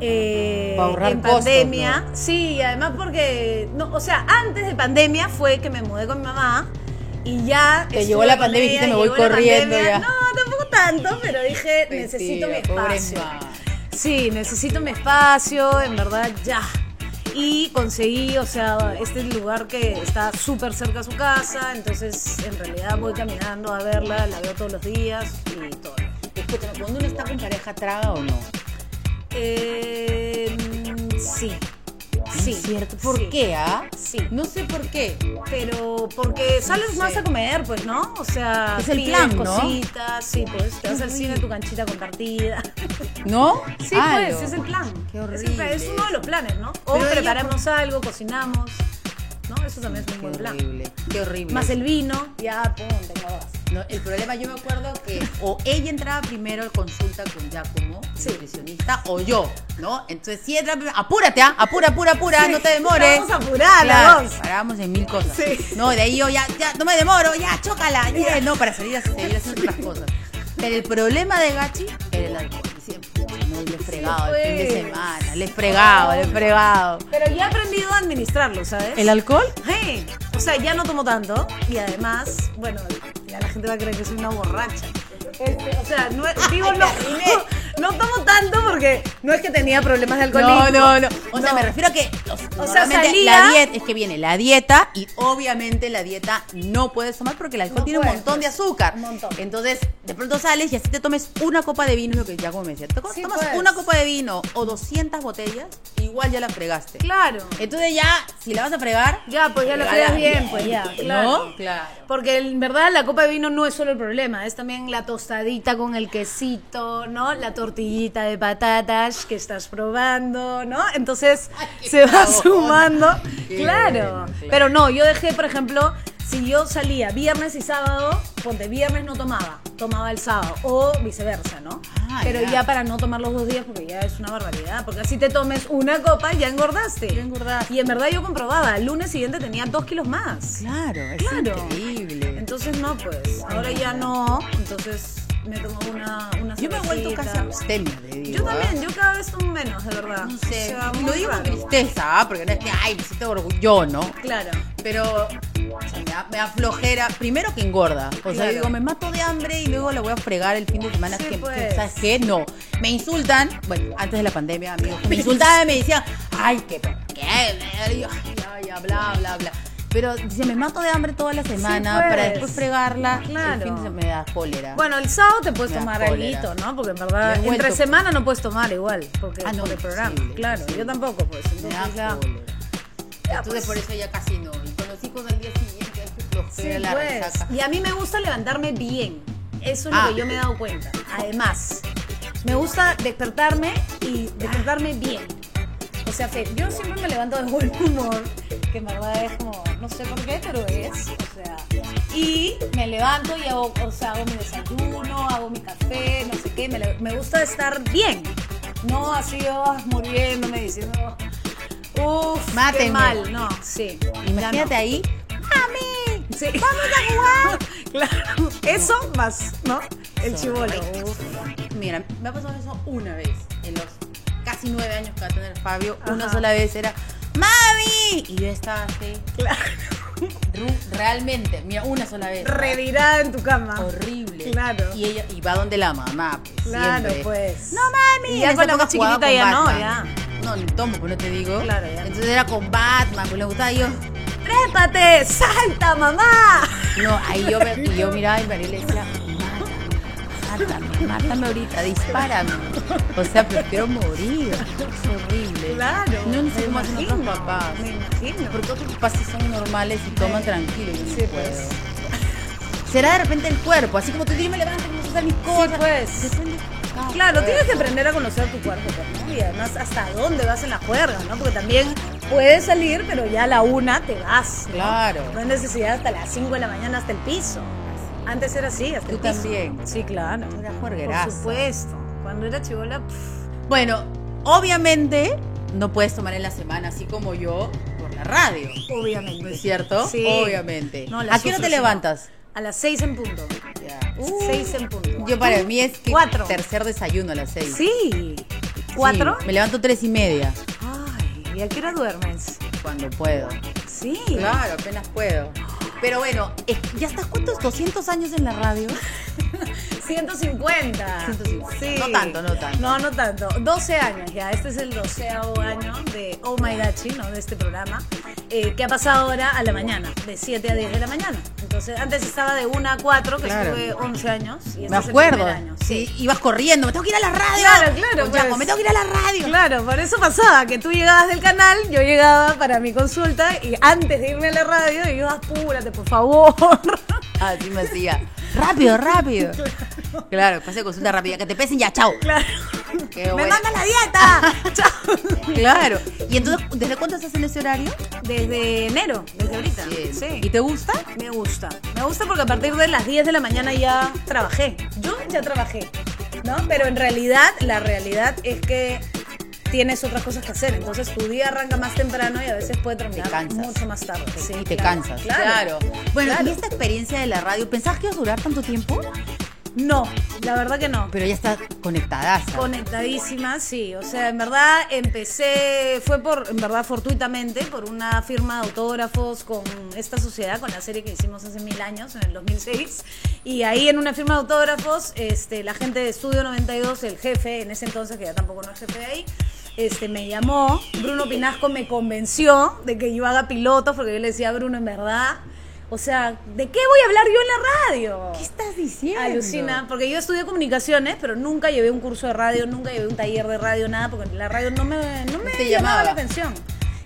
[SPEAKER 3] eh,
[SPEAKER 2] Pa' ahorrar
[SPEAKER 3] en
[SPEAKER 2] costos,
[SPEAKER 3] pandemia. Sí, y además porque. No, o sea, antes de pandemia fue que me mudé con mi mamá. Y ya.
[SPEAKER 2] Te
[SPEAKER 3] estuve
[SPEAKER 2] llegó la
[SPEAKER 3] con
[SPEAKER 2] pandemia y dijiste,
[SPEAKER 3] ella,
[SPEAKER 2] "Me voy
[SPEAKER 3] llegó la
[SPEAKER 2] corriendo ya.
[SPEAKER 3] pandemia". No, tampoco tanto, pero dije, necesito mi
[SPEAKER 2] Mentira, pobre
[SPEAKER 3] espacio.
[SPEAKER 2] Ma.
[SPEAKER 3] Sí, necesito mi espacio, en verdad ya. Y conseguí, o sea, este lugar que está súper cerca a su casa, entonces en realidad voy caminando a verla, la veo todos los días y todo.
[SPEAKER 2] Escúchame, cuando uno está con pareja, ¿traga o no?
[SPEAKER 3] Eh, mm, sí, sí.
[SPEAKER 2] ¿Es cierto? ¿Por
[SPEAKER 3] sí.
[SPEAKER 2] qué, ah?
[SPEAKER 3] Sí.
[SPEAKER 2] No sé por qué.
[SPEAKER 3] Pero porque sales
[SPEAKER 2] sé.
[SPEAKER 3] más a comer, pues, ¿no? O sea,
[SPEAKER 2] Es el
[SPEAKER 3] pides
[SPEAKER 2] plan, ¿no?
[SPEAKER 3] cositas, sí, pues, te vas al
[SPEAKER 2] Uy.
[SPEAKER 3] cine tu canchita compartida.
[SPEAKER 2] ¿No?
[SPEAKER 3] Sí,
[SPEAKER 2] Ah,
[SPEAKER 3] pues,
[SPEAKER 2] no.
[SPEAKER 3] es el plan.
[SPEAKER 2] Qué
[SPEAKER 3] Es, el plan,
[SPEAKER 2] horrible.
[SPEAKER 3] es uno de los planes, ¿no? O
[SPEAKER 2] Pero ella-
[SPEAKER 3] preparamos algo, cocinamos, ¿no? Eso también es un
[SPEAKER 2] Qué
[SPEAKER 3] buen plan.
[SPEAKER 2] horrible. Qué horrible.
[SPEAKER 3] Más el vino, ya, pum, tengo dos.
[SPEAKER 2] No, el problema, yo me acuerdo que o ella entraba primero a consulta con Giacomo, el
[SPEAKER 3] Sí.
[SPEAKER 2] nutricionista, o yo, ¿no? Entonces, si entra primero, apúrate, ¿ah? apura, apura, apura,
[SPEAKER 3] Sí,
[SPEAKER 2] no te demores.
[SPEAKER 3] vamos a apurar, la
[SPEAKER 2] Claro,
[SPEAKER 3] voz.
[SPEAKER 2] Parábamos en mil cosas.
[SPEAKER 3] Sí.
[SPEAKER 2] No, de ahí yo ya, ya, no me demoro, ya, chócala, ya, no, para salir a seguir haciendo otras cosas. Pero el problema de Gachi era el alcohol. Y siempre, no, le he fregado el fin de
[SPEAKER 3] pues.
[SPEAKER 2] semana, le he fregado, le he fregado.
[SPEAKER 3] Pero ya he aprendido a administrarlo, ¿sabes?
[SPEAKER 2] alcohol?
[SPEAKER 3] Hey, o sea, ya no tomo tanto y además, bueno, ya la gente va a creer que soy una borracha. Este, o sea, no,
[SPEAKER 2] <laughs>
[SPEAKER 3] digo, no, no tomo tanto porque no es que tenía problemas de alcoholismo.
[SPEAKER 2] No, no, no. O sea, me refiero a que los- normalmente
[SPEAKER 3] salía-
[SPEAKER 2] la dieta es que viene la dieta y obviamente la dieta no puedes tomar porque el alcohol
[SPEAKER 3] No
[SPEAKER 2] tiene un
[SPEAKER 3] puedes,
[SPEAKER 2] montón de azúcar.
[SPEAKER 3] un montón.
[SPEAKER 2] Entonces, de pronto sales y así te tomes una copa de vino, es lo que ya como me decía. Te co-
[SPEAKER 3] Sí,
[SPEAKER 2] tomas
[SPEAKER 3] pues.
[SPEAKER 2] una copa de vino o 200 botellas, igual ya la fregaste.
[SPEAKER 3] Claro.
[SPEAKER 2] Entonces ya, si la vas a fregar,
[SPEAKER 3] Ya, pues ya lo
[SPEAKER 2] fregala
[SPEAKER 3] creas bien, pues ya, claro.
[SPEAKER 2] ¿No? Claro.
[SPEAKER 3] Porque en verdad la copa de vino no es solo el problema, es también la tostadita con el quesito, ¿no? La tortillita de patatas que estás probando, ¿no? Entonces
[SPEAKER 2] qué
[SPEAKER 3] se va
[SPEAKER 2] pavón.
[SPEAKER 3] sumando.
[SPEAKER 2] Qué
[SPEAKER 3] <laughs> claro.
[SPEAKER 2] bueno, claro.
[SPEAKER 3] Pero no, yo dejé, por ejemplo, si yo salía viernes y sábado, ponte viernes no tomaba, tomaba el sábado o viceversa, ¿no?
[SPEAKER 2] Ah,
[SPEAKER 3] pero
[SPEAKER 2] ya.
[SPEAKER 3] ya. para no tomar los dos días, porque ya es una barbaridad. Porque así te tomes una copa, ya engordaste.
[SPEAKER 2] Ya engordaste.
[SPEAKER 3] Y en verdad yo comprobaba, al lunes siguiente tenía dos kilos más.
[SPEAKER 2] Claro, es
[SPEAKER 3] Claro.
[SPEAKER 2] increíble.
[SPEAKER 3] Entonces no, pues, ahora ya no. Entonces me tomo una, una
[SPEAKER 2] Yo me he vuelto
[SPEAKER 3] cervecita.
[SPEAKER 2] casi abstemia, te digo.
[SPEAKER 3] Yo
[SPEAKER 2] ¿ah?
[SPEAKER 3] también, yo cada vez tomo menos, de verdad.
[SPEAKER 2] No sé,
[SPEAKER 3] O sea,
[SPEAKER 2] y
[SPEAKER 3] muy
[SPEAKER 2] lo digo con
[SPEAKER 3] raro.
[SPEAKER 2] tristeza, ¿ah? porque no es que, ay, me siento orgullo, ¿no?
[SPEAKER 3] Claro.
[SPEAKER 2] Pero o sea, me, da, me da flojera. Primero que engorda. O sea,
[SPEAKER 3] Claro.
[SPEAKER 2] digo, me mato de hambre y luego la voy a fregar el fin de semana.
[SPEAKER 3] Sí,
[SPEAKER 2] que- que,
[SPEAKER 3] pues.
[SPEAKER 2] ¿Sabes qué? No. Me insultan. Bueno, antes de la pandemia, amigos. Me insultaban y me decían, ay, qué por qué. Y yo, Ay, ay, ya, bla, bla, bla. Pero dice, me mato de hambre toda la semana
[SPEAKER 3] pues.
[SPEAKER 2] para después fregarla. El
[SPEAKER 3] Claro.
[SPEAKER 2] fin de semana me da cólera.
[SPEAKER 3] Bueno, el sábado te puedes
[SPEAKER 2] Me da
[SPEAKER 3] tomar
[SPEAKER 2] cólera.
[SPEAKER 3] algo, ¿no? Porque en
[SPEAKER 2] Me he
[SPEAKER 3] verdad, entre
[SPEAKER 2] vuelto-
[SPEAKER 3] semana no puedes tomar igual, porque
[SPEAKER 2] Ah, no,
[SPEAKER 3] por el programa.
[SPEAKER 2] imposible,
[SPEAKER 3] claro,
[SPEAKER 2] imposible.
[SPEAKER 3] yo tampoco, pues.
[SPEAKER 2] me
[SPEAKER 3] Entonces,
[SPEAKER 2] da
[SPEAKER 3] ya-
[SPEAKER 2] cólera.
[SPEAKER 3] ya,
[SPEAKER 2] Entonces
[SPEAKER 3] pues.
[SPEAKER 2] por eso ya casi no. Y con los hijos al día siguiente, es que flojera
[SPEAKER 3] Sí,
[SPEAKER 2] la
[SPEAKER 3] pues.
[SPEAKER 2] resaca.
[SPEAKER 3] Y a mí me gusta levantarme bien. Eso es
[SPEAKER 2] Ah.
[SPEAKER 3] lo que yo me he dado cuenta. Además, me gusta despertarme y despertarme bien. O sea, fe- yo siempre me levanto de buen humor, que en verdad es como, no sé por qué, pero es. O sea, y me levanto y hago, o sea, hago mi desayuno, hago mi café, no sé qué. Me, le- me gusta estar bien. No así, oh, muriéndome, diciendo, uff, qué
[SPEAKER 2] Mátenme.
[SPEAKER 3] mal. No, sí. Ya
[SPEAKER 2] Imagínate
[SPEAKER 3] no.
[SPEAKER 2] ahí.
[SPEAKER 3] ¡Mami! ¡Vamos a jugar! <laughs> claro. Eso más, ¿no? El chivolo.
[SPEAKER 2] Mira, me ha pasado eso una vez en los casi nueve años que va a tener Fabio. Una
[SPEAKER 3] Ajá.
[SPEAKER 2] sola vez era ¡Mami! Y yo estaba así.
[SPEAKER 3] Claro.
[SPEAKER 2] ru- Realmente, mira, una sola vez. Ah,
[SPEAKER 3] Revirada en tu cama.
[SPEAKER 2] Horrible.
[SPEAKER 3] Claro.
[SPEAKER 2] Y ella y va donde la mamá, pues.
[SPEAKER 3] Claro,
[SPEAKER 2] siempre.
[SPEAKER 3] pues.
[SPEAKER 2] No mami.
[SPEAKER 3] Y ya
[SPEAKER 2] En
[SPEAKER 3] con
[SPEAKER 2] esa
[SPEAKER 3] la más
[SPEAKER 2] época jugaba
[SPEAKER 3] chiquitita
[SPEAKER 2] con
[SPEAKER 3] ya no,
[SPEAKER 2] Batman. No, ni tomo, pues no te digo.
[SPEAKER 3] Claro, ya no.
[SPEAKER 2] Entonces era con Batman, pues le gustaba y yo.
[SPEAKER 3] ¡Trépate! ¡Salta, mamá!
[SPEAKER 2] No, ahí yo, me- y yo miraba y María le decía, mátame, mátame, mátame ahorita, dispárame. O sea, prefiero morir. Es horrible.
[SPEAKER 3] Claro.
[SPEAKER 2] No, no sé
[SPEAKER 3] me
[SPEAKER 2] cómo hacen otros
[SPEAKER 3] imagino,
[SPEAKER 2] papás.
[SPEAKER 3] Me imagino.
[SPEAKER 2] Porque otros papás sí son normales y toman
[SPEAKER 3] Sí.
[SPEAKER 2] tranquilo. yo no
[SPEAKER 3] Sí,
[SPEAKER 2] puedo.
[SPEAKER 3] pues.
[SPEAKER 2] Será de repente el cuerpo, así como tú dices, me levanto, me gusta mis cosas.
[SPEAKER 3] pues.
[SPEAKER 2] Depende- Ah,
[SPEAKER 3] Claro,
[SPEAKER 2] pues.
[SPEAKER 3] tienes que aprender a conocer tu cuerpo, pues, ¿no? Y además hasta dónde vas en la cuerda, ¿no? Porque también puedes salir, pero ya a la una te vas. ¿no?
[SPEAKER 2] Claro.
[SPEAKER 3] No hay necesidad hasta las 5 de la mañana hasta el piso. Antes era así, hasta
[SPEAKER 2] Tú
[SPEAKER 3] el piso.
[SPEAKER 2] también.
[SPEAKER 3] Sí, claro.
[SPEAKER 2] Era
[SPEAKER 3] Por
[SPEAKER 2] juergueraza.
[SPEAKER 3] supuesto. Cuando era chivola, pff,
[SPEAKER 2] Bueno, obviamente no puedes tomar en la semana, así como yo, por la radio.
[SPEAKER 3] obviamente.
[SPEAKER 2] ¿No es cierto?
[SPEAKER 3] Sí.
[SPEAKER 2] Obviamente.
[SPEAKER 3] No, la
[SPEAKER 2] ¿A qué hora
[SPEAKER 3] sufro,
[SPEAKER 2] te
[SPEAKER 3] sí.
[SPEAKER 2] levantas?
[SPEAKER 3] A las 6 en punto.
[SPEAKER 2] Ya.
[SPEAKER 3] 6 en punto.
[SPEAKER 2] Yo para mí es que
[SPEAKER 3] Cuatro.
[SPEAKER 2] tercer desayuno a las seis.
[SPEAKER 3] Sí.
[SPEAKER 2] Sí,
[SPEAKER 3] ¿Cuatro?
[SPEAKER 2] me levanto tres y media
[SPEAKER 3] Ay, ¿y a qué hora duermes?
[SPEAKER 2] cuando puedo.
[SPEAKER 3] Sí.
[SPEAKER 2] Claro, apenas puedo. Pero bueno, es- ¿ya estás cuántos? ¿200 años en la radio?
[SPEAKER 3] 150.
[SPEAKER 2] 150.
[SPEAKER 3] Sí.
[SPEAKER 2] No tanto, no tanto.
[SPEAKER 3] No, no tanto. 12 años ya. Este es el 12 año de Oh My Gachi, ¿no? De este programa. eh, que ha pasado ahora a la mañana, de 7 a 10 de la mañana. Entonces, antes estaba de 1 a 4, que
[SPEAKER 2] Claro.
[SPEAKER 3] estuve 11 años. Y este
[SPEAKER 2] me
[SPEAKER 3] es el
[SPEAKER 2] acuerdo.
[SPEAKER 3] primer año.
[SPEAKER 2] Sí. ibas corriendo, me tengo que ir a la radio.
[SPEAKER 3] Claro, claro,
[SPEAKER 2] Con Chaco,
[SPEAKER 3] pues.
[SPEAKER 2] me tengo que ir a la radio.
[SPEAKER 3] Claro, por eso pasaba, que tú llegabas del canal, yo llegaba para mi consulta y antes de irme a la radio, yo, "Ah, apúrate, por favor. <laughs>
[SPEAKER 2] Así Ah, me hacía. Rápido, rápido. Claro, pase consulta rápida, que te pesen ya, chao.
[SPEAKER 3] Claro.
[SPEAKER 2] Qué
[SPEAKER 3] ¡Me
[SPEAKER 2] bueno.
[SPEAKER 3] manda la
[SPEAKER 2] <laughs>
[SPEAKER 3] dieta! Chao.
[SPEAKER 2] Claro. ¿Y entonces desde cuándo estás en ese horario?
[SPEAKER 3] Desde enero, desde ahorita.
[SPEAKER 2] Bien.
[SPEAKER 3] Sí.
[SPEAKER 2] ¿Y te gusta?
[SPEAKER 3] Me gusta. Me gusta porque a partir de las 10 de la mañana ya trabajé. Yo ya trabajé, ¿no? Pero en realidad, la realidad es que tienes otras cosas que hacer. Entonces tu día arranca más temprano y a veces puede terminar
[SPEAKER 2] cansas.
[SPEAKER 3] mucho más tarde. Sí,
[SPEAKER 2] y te
[SPEAKER 3] claro,
[SPEAKER 2] cansas.
[SPEAKER 3] Claro.
[SPEAKER 2] Bueno,
[SPEAKER 3] Claro.
[SPEAKER 2] ¿y esta experiencia de la radio, pensabas que ibas a durar tanto tiempo?
[SPEAKER 3] No, la verdad que no.
[SPEAKER 2] Pero ya estás conectada.
[SPEAKER 3] Conectadísima, sí. O sea, en verdad empecé, fue por, en verdad fortuitamente, por una firma de autógrafos con esta sociedad, con la serie que hicimos hace mil años, en el 2006. Y ahí en una firma de autógrafos, este, la gente de Estudio 92, el jefe en ese entonces, que ya tampoco no es jefe de ahí, este, me llamó. Bruno Pinasco me convenció de que yo haga pilotos, porque yo le decía a Bruno, en verdad. O sea, ¿de qué voy a hablar yo en la radio?
[SPEAKER 2] ¿Qué estás diciendo?
[SPEAKER 3] Alucina, porque yo estudié comunicaciones, pero nunca llevé un curso de radio, nunca llevé un taller de radio, nada, porque la radio no me, no me
[SPEAKER 2] Te llamaba.
[SPEAKER 3] llamaba la atención.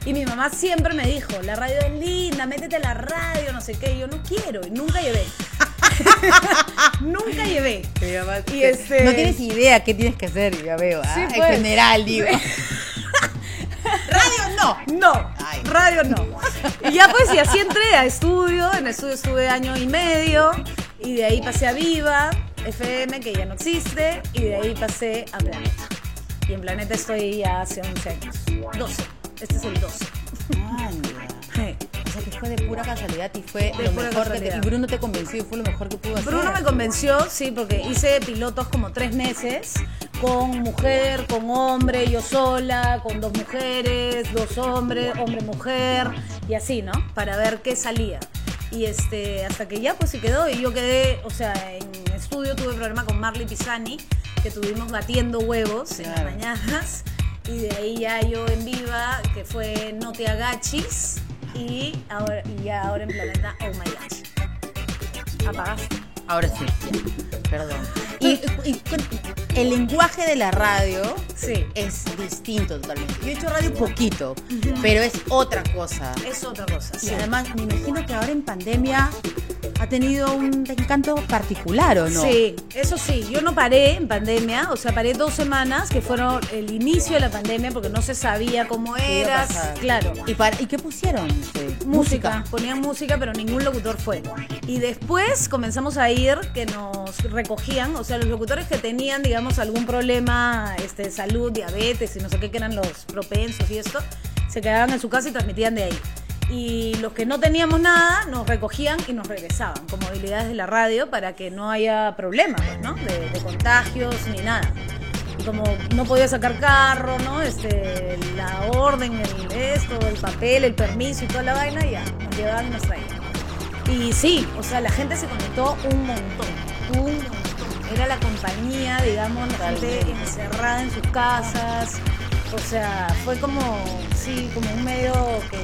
[SPEAKER 3] Y mi mamá siempre me dijo, la radio es linda, métete a la radio, no sé qué. Y yo no quiero, y nunca llevé. <laughs> nunca llevé. Y este-
[SPEAKER 2] No tienes idea qué tienes que hacer, ya veo. ah,
[SPEAKER 3] Sí, pues.
[SPEAKER 2] En general,
[SPEAKER 3] <laughs>
[SPEAKER 2] digo. radio no.
[SPEAKER 3] No,
[SPEAKER 2] Ay.
[SPEAKER 3] radio <laughs> no. Y ya pues, y así entré a estudio, en estudio estuve año y medio, y de ahí pasé a Viva, FM, que ya no existe, y de ahí pasé a Planeta. Y en Planeta estoy ya hace 11 años. 12. Este es el 12. Sí.
[SPEAKER 2] O sea que fue de pura casualidad y fue
[SPEAKER 3] De
[SPEAKER 2] lo
[SPEAKER 3] pura
[SPEAKER 2] mejor que te,
[SPEAKER 3] casualidad.
[SPEAKER 2] y Bruno te convenció y fue lo mejor que pudo hacer.
[SPEAKER 3] Bruno me convenció, sí, porque hice pilotos como tres meses, con mujer, con hombre, yo sola, con dos mujeres, dos hombres, hombre-mujer, y así, ¿no? Para ver qué salía. Y este, hasta que ya pues se quedó y yo quedé, o sea, en estudio tuve problema con Marley Pisani, que tuvimos batiendo huevos en
[SPEAKER 2] Claro.
[SPEAKER 3] las mañanas, y de ahí ya yo en viva, que fue No te agachis, y, ahora, y ya ahora en Planeta Oh My Gosh. Apagaste.
[SPEAKER 1] Ahora sí. Perdón.
[SPEAKER 2] Y, y con- el lenguaje de la radio
[SPEAKER 3] Sí.
[SPEAKER 2] es distinto totalmente. Yo he hecho radio poquito, pero es otra cosa.
[SPEAKER 3] Es otra cosa.
[SPEAKER 2] Y además, me imagino que ahora en pandemia ha tenido un encanto particular, ¿o no?
[SPEAKER 3] Sí, eso sí, yo no paré en pandemia, o sea, paré dos semanas, que fueron el inicio de la pandemia, porque no se sabía cómo
[SPEAKER 2] ¿Qué iba a
[SPEAKER 3] eras,
[SPEAKER 2] pasar?
[SPEAKER 3] claro.
[SPEAKER 2] ¿Y, para, ¿y qué pusieron? Sí.
[SPEAKER 3] Música, ponían música, pero ningún locutor fue. Y después comenzamos a ir, que nos recogían, o sea, los locutores que tenían, digamos, algún problema este, de salud, diabetes y no sé qué, que eran los propensos y esto, se quedaban en su casa y transmitían de ahí. Y los que no teníamos nada, nos recogían y nos regresaban, como habilidades de la radio, para que no haya problemas, ¿no? De, de contagios ni nada. Y Como no podía sacar carro, ¿no? Este, la orden, el esto, el papel, el permiso y toda la vaina, ya, nos llevaban y nos traían. Y sí, o sea, la gente se conectó un montón, un montón. Era la compañía, digamos, la gente encerrada en sus casas. O sea, fue como, sí, como un medio que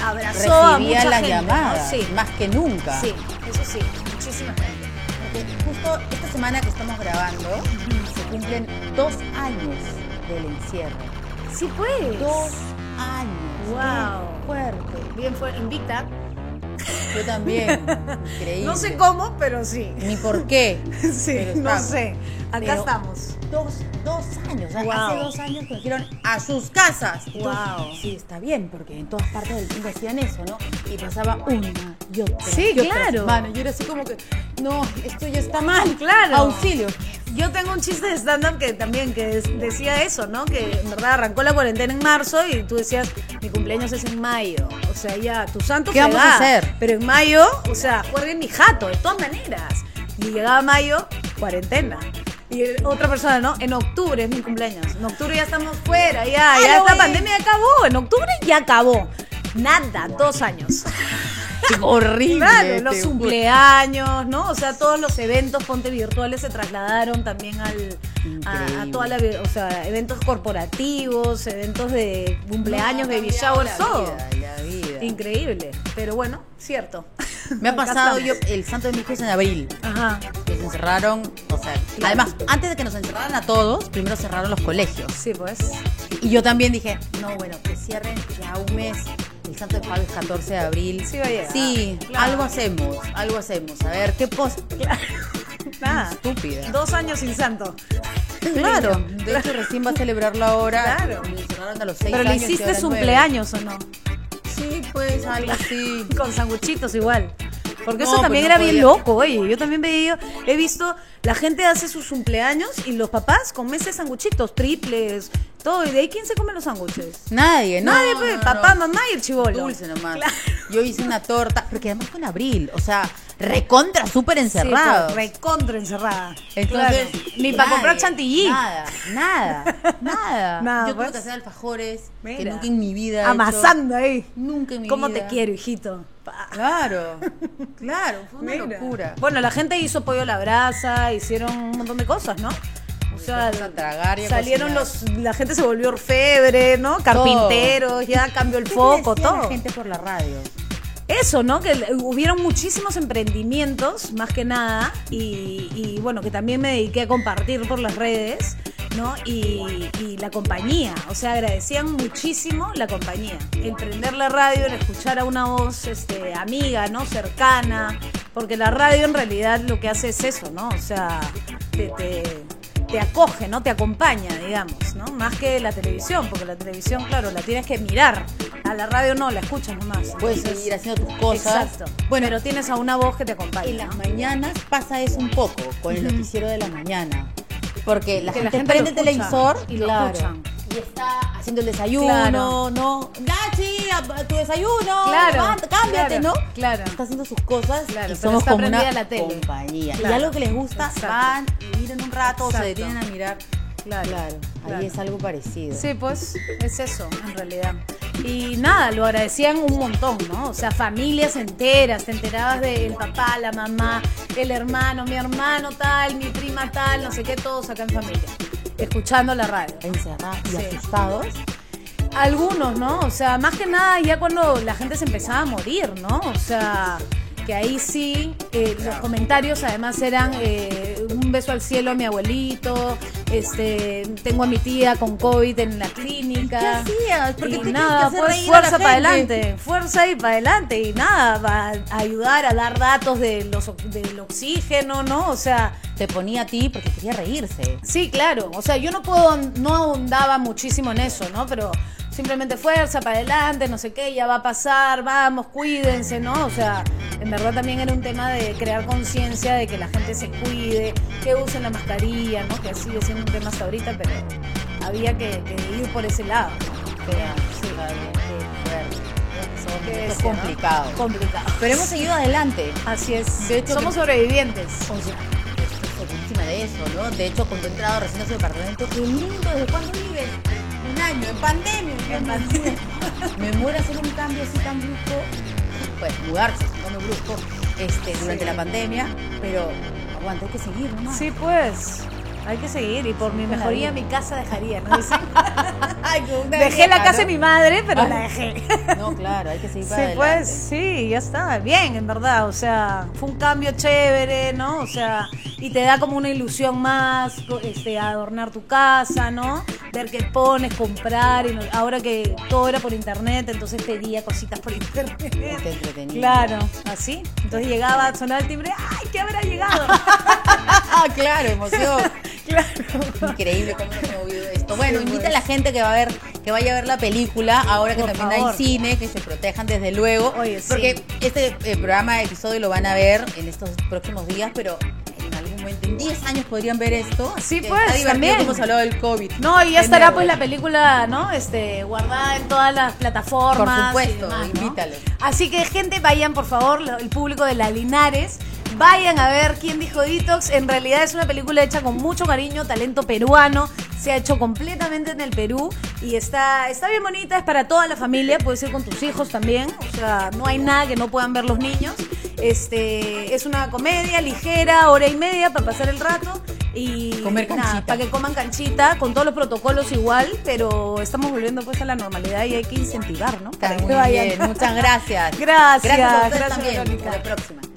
[SPEAKER 3] abrazó a
[SPEAKER 2] Recibía
[SPEAKER 3] mucha
[SPEAKER 2] las
[SPEAKER 3] gente, ¿no?
[SPEAKER 2] llamadas,
[SPEAKER 3] Sí,
[SPEAKER 2] más que nunca.
[SPEAKER 3] sí, eso sí, muchísima gente.
[SPEAKER 2] Porque justo esta semana que estamos grabando, se cumplen dos años del encierro.
[SPEAKER 3] Sí, pues.
[SPEAKER 2] Dos años.
[SPEAKER 3] Wow.
[SPEAKER 2] Qué fuerte.
[SPEAKER 3] Bien fue invicta.
[SPEAKER 2] Yo también. Increíble.
[SPEAKER 3] <laughs> No sé cómo, pero sí. <laughs>
[SPEAKER 2] Ni por qué.
[SPEAKER 3] Sí,
[SPEAKER 2] pero
[SPEAKER 3] no
[SPEAKER 2] estamos.
[SPEAKER 3] sé. Acá
[SPEAKER 2] Pero-
[SPEAKER 3] estamos.
[SPEAKER 2] Dos, dos años. O sea,
[SPEAKER 3] Wow.
[SPEAKER 2] Hace dos años que dijeron a sus casas.
[SPEAKER 3] Wow.
[SPEAKER 2] sí, está bien, porque en todas partes del mundo hacían eso, ¿no? Y pasaba una y otra.
[SPEAKER 3] Sí,
[SPEAKER 2] y otra
[SPEAKER 3] claro.
[SPEAKER 2] semana. yo era así como que, no, esto ya está mal.
[SPEAKER 3] Claro.
[SPEAKER 2] Auxilio.
[SPEAKER 3] Yo tengo un chiste de stand-up que también que es- decía eso, ¿no? Que en verdad arrancó la cuarentena en marzo y tú decías, mi cumpleaños es en mayo. O sea, ya, tu santo
[SPEAKER 2] ¿Qué
[SPEAKER 3] se
[SPEAKER 2] vamos
[SPEAKER 3] va,
[SPEAKER 2] a hacer?
[SPEAKER 3] Pero en mayo, o sea, juegue mi jato, de todas maneras. Y llegaba mayo, cuarentena. Y el- otra persona, ¿no? En octubre es mi cumpleaños. En octubre ya estamos fuera, ya, ya esta
[SPEAKER 2] Halloween.
[SPEAKER 3] pandemia ya acabó. En octubre ya acabó. Nada, dos años.
[SPEAKER 2] Horrible.
[SPEAKER 3] Claro, los
[SPEAKER 2] te juro.
[SPEAKER 3] cumpleaños, ¿no? O sea, todos los eventos ponte virtuales se trasladaron también al a, a toda la, vi- o sea, eventos corporativos, eventos de cumpleaños,
[SPEAKER 2] No, ha
[SPEAKER 3] baby
[SPEAKER 2] cambiado
[SPEAKER 3] shower,
[SPEAKER 2] la
[SPEAKER 3] todo.
[SPEAKER 2] vida, la vida.
[SPEAKER 3] Increíble, pero bueno, cierto.
[SPEAKER 2] Me ha
[SPEAKER 3] Acá
[SPEAKER 2] pasado yo
[SPEAKER 3] estamos.
[SPEAKER 2] el santo de mis hijos en abril.
[SPEAKER 3] Ajá.
[SPEAKER 2] Nos encerraron, o sea, además, antes de que nos encerraran a todos, primero cerraron los colegios.
[SPEAKER 3] Sí, pues.
[SPEAKER 2] Y yo también dije, no, bueno, que cierren ya un mes. El Santo de Pablo es 14 de abril.
[SPEAKER 3] Sí va a llegar.
[SPEAKER 2] Sí,
[SPEAKER 3] Claro.
[SPEAKER 2] algo hacemos, algo hacemos. A ver, qué post Ah,
[SPEAKER 3] Nada.
[SPEAKER 2] estúpida.
[SPEAKER 3] Dos años sin santo.
[SPEAKER 2] Claro, de hecho recién va a celebrarlo ahora.
[SPEAKER 3] Claro.
[SPEAKER 2] Me cerraron a los seis
[SPEAKER 3] Pero le
[SPEAKER 2] años y
[SPEAKER 3] hiciste
[SPEAKER 2] ahora
[SPEAKER 3] su
[SPEAKER 2] nueve.
[SPEAKER 3] cumpleaños o no?
[SPEAKER 2] Sí, pues, algo así.
[SPEAKER 3] Con sanguchitos igual. Porque
[SPEAKER 2] No,
[SPEAKER 3] eso
[SPEAKER 2] pues
[SPEAKER 3] también
[SPEAKER 2] no
[SPEAKER 3] era bien
[SPEAKER 2] podía.
[SPEAKER 3] loco, oye. Yo también veía, he visto, la gente hace sus cumpleaños y los papás con meses de sanguchitos, triples, todo. ¿Y de ahí quién se come los sanguches?
[SPEAKER 2] Nadie, ¿no?
[SPEAKER 3] Nadie,
[SPEAKER 2] no,
[SPEAKER 3] pues,
[SPEAKER 2] no,
[SPEAKER 3] papá,
[SPEAKER 2] no.
[SPEAKER 3] mamá y el chivolo.
[SPEAKER 2] Dulce nomás.
[SPEAKER 3] Claro.
[SPEAKER 2] Yo hice una torta, porque además fue en abril, o sea, recontra, súper
[SPEAKER 3] Sí, pues,
[SPEAKER 2] encerrado.
[SPEAKER 3] recontra encerrada.
[SPEAKER 2] Entonces,
[SPEAKER 3] Claro. ni para
[SPEAKER 2] nadie,
[SPEAKER 3] comprar chantilly.
[SPEAKER 2] Nada,
[SPEAKER 3] <laughs>
[SPEAKER 2] nada, nada.
[SPEAKER 3] Nada,
[SPEAKER 2] Yo
[SPEAKER 3] pues.
[SPEAKER 2] tuve que hacer alfajores que
[SPEAKER 3] Mira.
[SPEAKER 2] nunca en mi vida. he hecho.
[SPEAKER 3] Amasando ahí.
[SPEAKER 2] Nunca en mi
[SPEAKER 3] ¿Cómo
[SPEAKER 2] vida.
[SPEAKER 3] te quiero, hijito? Pa. <laughs>
[SPEAKER 2] Claro, claro, fue una
[SPEAKER 3] Mira.
[SPEAKER 2] locura.
[SPEAKER 3] Bueno, la gente hizo pollo a la brasa, hicieron un montón de cosas, ¿no? O sea,
[SPEAKER 2] cosas a tragar y a
[SPEAKER 3] salieron los,
[SPEAKER 2] cocinar.
[SPEAKER 3] la gente se volvió orfebre, ¿no? Carpinteros, ya cambió el
[SPEAKER 2] ¿Qué te
[SPEAKER 3] foco,
[SPEAKER 2] decía la
[SPEAKER 3] todo.
[SPEAKER 2] gente por la radio.
[SPEAKER 3] Eso, ¿no? Que le- hubieron muchísimos emprendimientos, más que nada, y, y, bueno, que también me dediqué a compartir por las redes, ¿no? Y, y la compañía, o sea, agradecían muchísimo la compañía. El prender la radio, el escuchar a una voz este, amiga, ¿no? Cercana, porque la radio en realidad lo que hace es eso, ¿no? O sea, te, te, te acoge, ¿no? Te acompaña, digamos, ¿no? Más que la televisión, porque la televisión, claro, la tienes que mirar. A la radio no, la escuchas nomás.
[SPEAKER 2] Puedes
[SPEAKER 3] Entonces,
[SPEAKER 2] seguir haciendo tus cosas.
[SPEAKER 3] Exacto. Bueno, pero tienes a una voz que te acompaña.
[SPEAKER 2] En las
[SPEAKER 3] ¿no?
[SPEAKER 2] mañanas pasa eso un poco, con el noticiero de la mañana. Porque la,
[SPEAKER 3] Que
[SPEAKER 2] gente,
[SPEAKER 3] la gente
[SPEAKER 2] prende
[SPEAKER 3] lo
[SPEAKER 2] el
[SPEAKER 3] escucha
[SPEAKER 2] televisor
[SPEAKER 3] y lo
[SPEAKER 2] claro,
[SPEAKER 3] escuchan.
[SPEAKER 2] Y está haciendo el desayuno,
[SPEAKER 3] Claro.
[SPEAKER 2] ¿no? Gachi, a- tu desayuno,
[SPEAKER 3] Claro,
[SPEAKER 2] levanta, cámbiate,
[SPEAKER 3] claro,
[SPEAKER 2] ¿no?
[SPEAKER 3] claro.
[SPEAKER 2] Está haciendo sus cosas
[SPEAKER 3] Claro,
[SPEAKER 2] y
[SPEAKER 3] pero
[SPEAKER 2] somos
[SPEAKER 3] está
[SPEAKER 2] como
[SPEAKER 3] prendida
[SPEAKER 2] una
[SPEAKER 3] la tele.
[SPEAKER 2] compañía.
[SPEAKER 3] Claro.
[SPEAKER 2] Y algo que les gusta,
[SPEAKER 3] Exacto.
[SPEAKER 2] van y miran un rato,
[SPEAKER 3] Exacto.
[SPEAKER 2] se detienen a mirar.
[SPEAKER 3] Claro,
[SPEAKER 2] Claro,
[SPEAKER 3] claro.
[SPEAKER 2] ahí es algo parecido.
[SPEAKER 3] Sí, pues es eso, en realidad. Y nada, lo agradecían un montón, ¿no? O sea, familias enteras, te enterabas del papá, la mamá, el hermano, mi hermano tal, mi prima tal, no sé qué, todos acá en familia, escuchando la radio.
[SPEAKER 2] Encerrados y
[SPEAKER 3] Sí.
[SPEAKER 2] asustados.
[SPEAKER 3] Algunos, ¿no? O sea, más que nada ya cuando la gente se empezaba a morir, ¿no? O sea, que ahí sí, eh, los comentarios además eran eh, un beso al cielo a mi abuelito, este, tengo a mi tía con COVID en la
[SPEAKER 2] ¿Qué
[SPEAKER 3] clínica.
[SPEAKER 2] hacías? ¿Por qué te
[SPEAKER 3] Ah. Y
[SPEAKER 2] tienes que
[SPEAKER 3] nada,
[SPEAKER 2] hacer
[SPEAKER 3] pues
[SPEAKER 2] reír a la
[SPEAKER 3] fuerza para
[SPEAKER 2] gente?
[SPEAKER 3] adelante, fuerza y para adelante y nada, va a ayudar a dar datos de los, o- del oxígeno, ¿no? O sea,
[SPEAKER 2] Te ponía a ti porque quería reírse.
[SPEAKER 3] Sí, claro. O sea, yo no puedo, no ahondaba muchísimo en eso, ¿no? Pero simplemente fuerza para adelante, no sé qué, ya va a pasar, vamos, cuídense, ¿no? O sea, en verdad también era un tema de crear conciencia de que la gente se cuide, que usen la mascarilla, ¿no? Que sigue siendo un tema hasta ahorita, pero había que, que ir por ese lado. ¿no? Que era, sí,
[SPEAKER 2] Son
[SPEAKER 3] que
[SPEAKER 2] momentos
[SPEAKER 3] decía, ¿no?
[SPEAKER 2] complicados.
[SPEAKER 3] Complicado.
[SPEAKER 2] Pero hemos seguido adelante.
[SPEAKER 3] Así es.
[SPEAKER 2] De hecho,
[SPEAKER 3] Somos
[SPEAKER 2] que-
[SPEAKER 3] sobrevivientes.
[SPEAKER 2] O sea, estoy segurísima de eso, ¿no? De hecho, cuando he entrado recién a su departamento, qué lindo, ¿desde cuándo vives? Un año, en pandemia. En pandemia. Me muero hacer un cambio así tan brusco. Pues mudarse, es un cambio brusco este, durante
[SPEAKER 3] Sí.
[SPEAKER 2] la pandemia, pero aguanta, hay que seguir, ¿no?
[SPEAKER 3] Sí, pues. Hay que seguir y por mi
[SPEAKER 2] la
[SPEAKER 3] mejoría
[SPEAKER 2] vida.
[SPEAKER 3] mi casa dejaría, <laughs> ¿no? Dicen. Dejé la casa de mi madre, pero la dejé.
[SPEAKER 2] No, claro, hay que seguir
[SPEAKER 3] Sí,
[SPEAKER 2] para adelante.
[SPEAKER 3] pues, sí, ya está. Bien, en verdad. O sea, fue un cambio chévere, ¿no? O sea, y te da como una ilusión más, co- este, adornar tu casa, ¿no? Ver qué pones, comprar. Y no- ahora que todo era por internet, entonces pedía cositas por internet.
[SPEAKER 2] Está entretenido.
[SPEAKER 3] Claro, así. Entonces llegaba, sonaba el timbre, ¡ay, qué habrá
[SPEAKER 2] <laughs>
[SPEAKER 3] llegado!
[SPEAKER 2] <laughs> Ah, claro, emoción. <laughs>
[SPEAKER 3] claro.
[SPEAKER 2] Increíble cómo se ha movido esto. Bueno,
[SPEAKER 3] Sí,
[SPEAKER 2] invita
[SPEAKER 3] pues.
[SPEAKER 2] a la gente que va a ver, que vaya a ver la película, ahora que
[SPEAKER 3] Por
[SPEAKER 2] también
[SPEAKER 3] favor.
[SPEAKER 2] hay cine, que se protejan desde luego.
[SPEAKER 3] Oye, sí.
[SPEAKER 2] Porque este eh, programa, episodio lo van a ver en estos próximos días, pero en algún momento, en 10 años podrían ver esto.
[SPEAKER 3] Sí,
[SPEAKER 2] Así que
[SPEAKER 3] pues,
[SPEAKER 2] Está divertido
[SPEAKER 3] también.
[SPEAKER 2] como se habló del COVID.
[SPEAKER 3] No, y ya
[SPEAKER 2] De
[SPEAKER 3] estará
[SPEAKER 2] nuevo.
[SPEAKER 3] pues la película, ¿no? Este, guardada en todas las plataformas.
[SPEAKER 2] Por
[SPEAKER 3] y
[SPEAKER 2] supuesto,
[SPEAKER 3] demás, ¿no?
[SPEAKER 2] invítalo.
[SPEAKER 3] Así que, gente, vayan, por favor, lo- el público de la Linares. Vayan a ver quién dijo Detox. En realidad es una película hecha con mucho cariño, talento peruano. Se ha hecho completamente en el Perú y está, está bien bonita. Es para toda la familia. Puedes ir con tus hijos también. O sea, no hay nada que no puedan ver los niños. Este, es una comedia ligera, hora y media para pasar el rato. Y
[SPEAKER 2] Comer canchita.
[SPEAKER 3] para que coman canchita, con todos los protocolos igual, pero estamos volviendo pues a la normalidad y hay que incentivar, ¿no?
[SPEAKER 2] Está
[SPEAKER 3] Para que
[SPEAKER 2] muy
[SPEAKER 3] vayan.
[SPEAKER 2] bien. Muchas gracias.
[SPEAKER 3] <laughs> Gracias,
[SPEAKER 2] Gracias a ustedes
[SPEAKER 3] gracias,
[SPEAKER 2] también.
[SPEAKER 3] Verónica.
[SPEAKER 2] Hasta la próxima.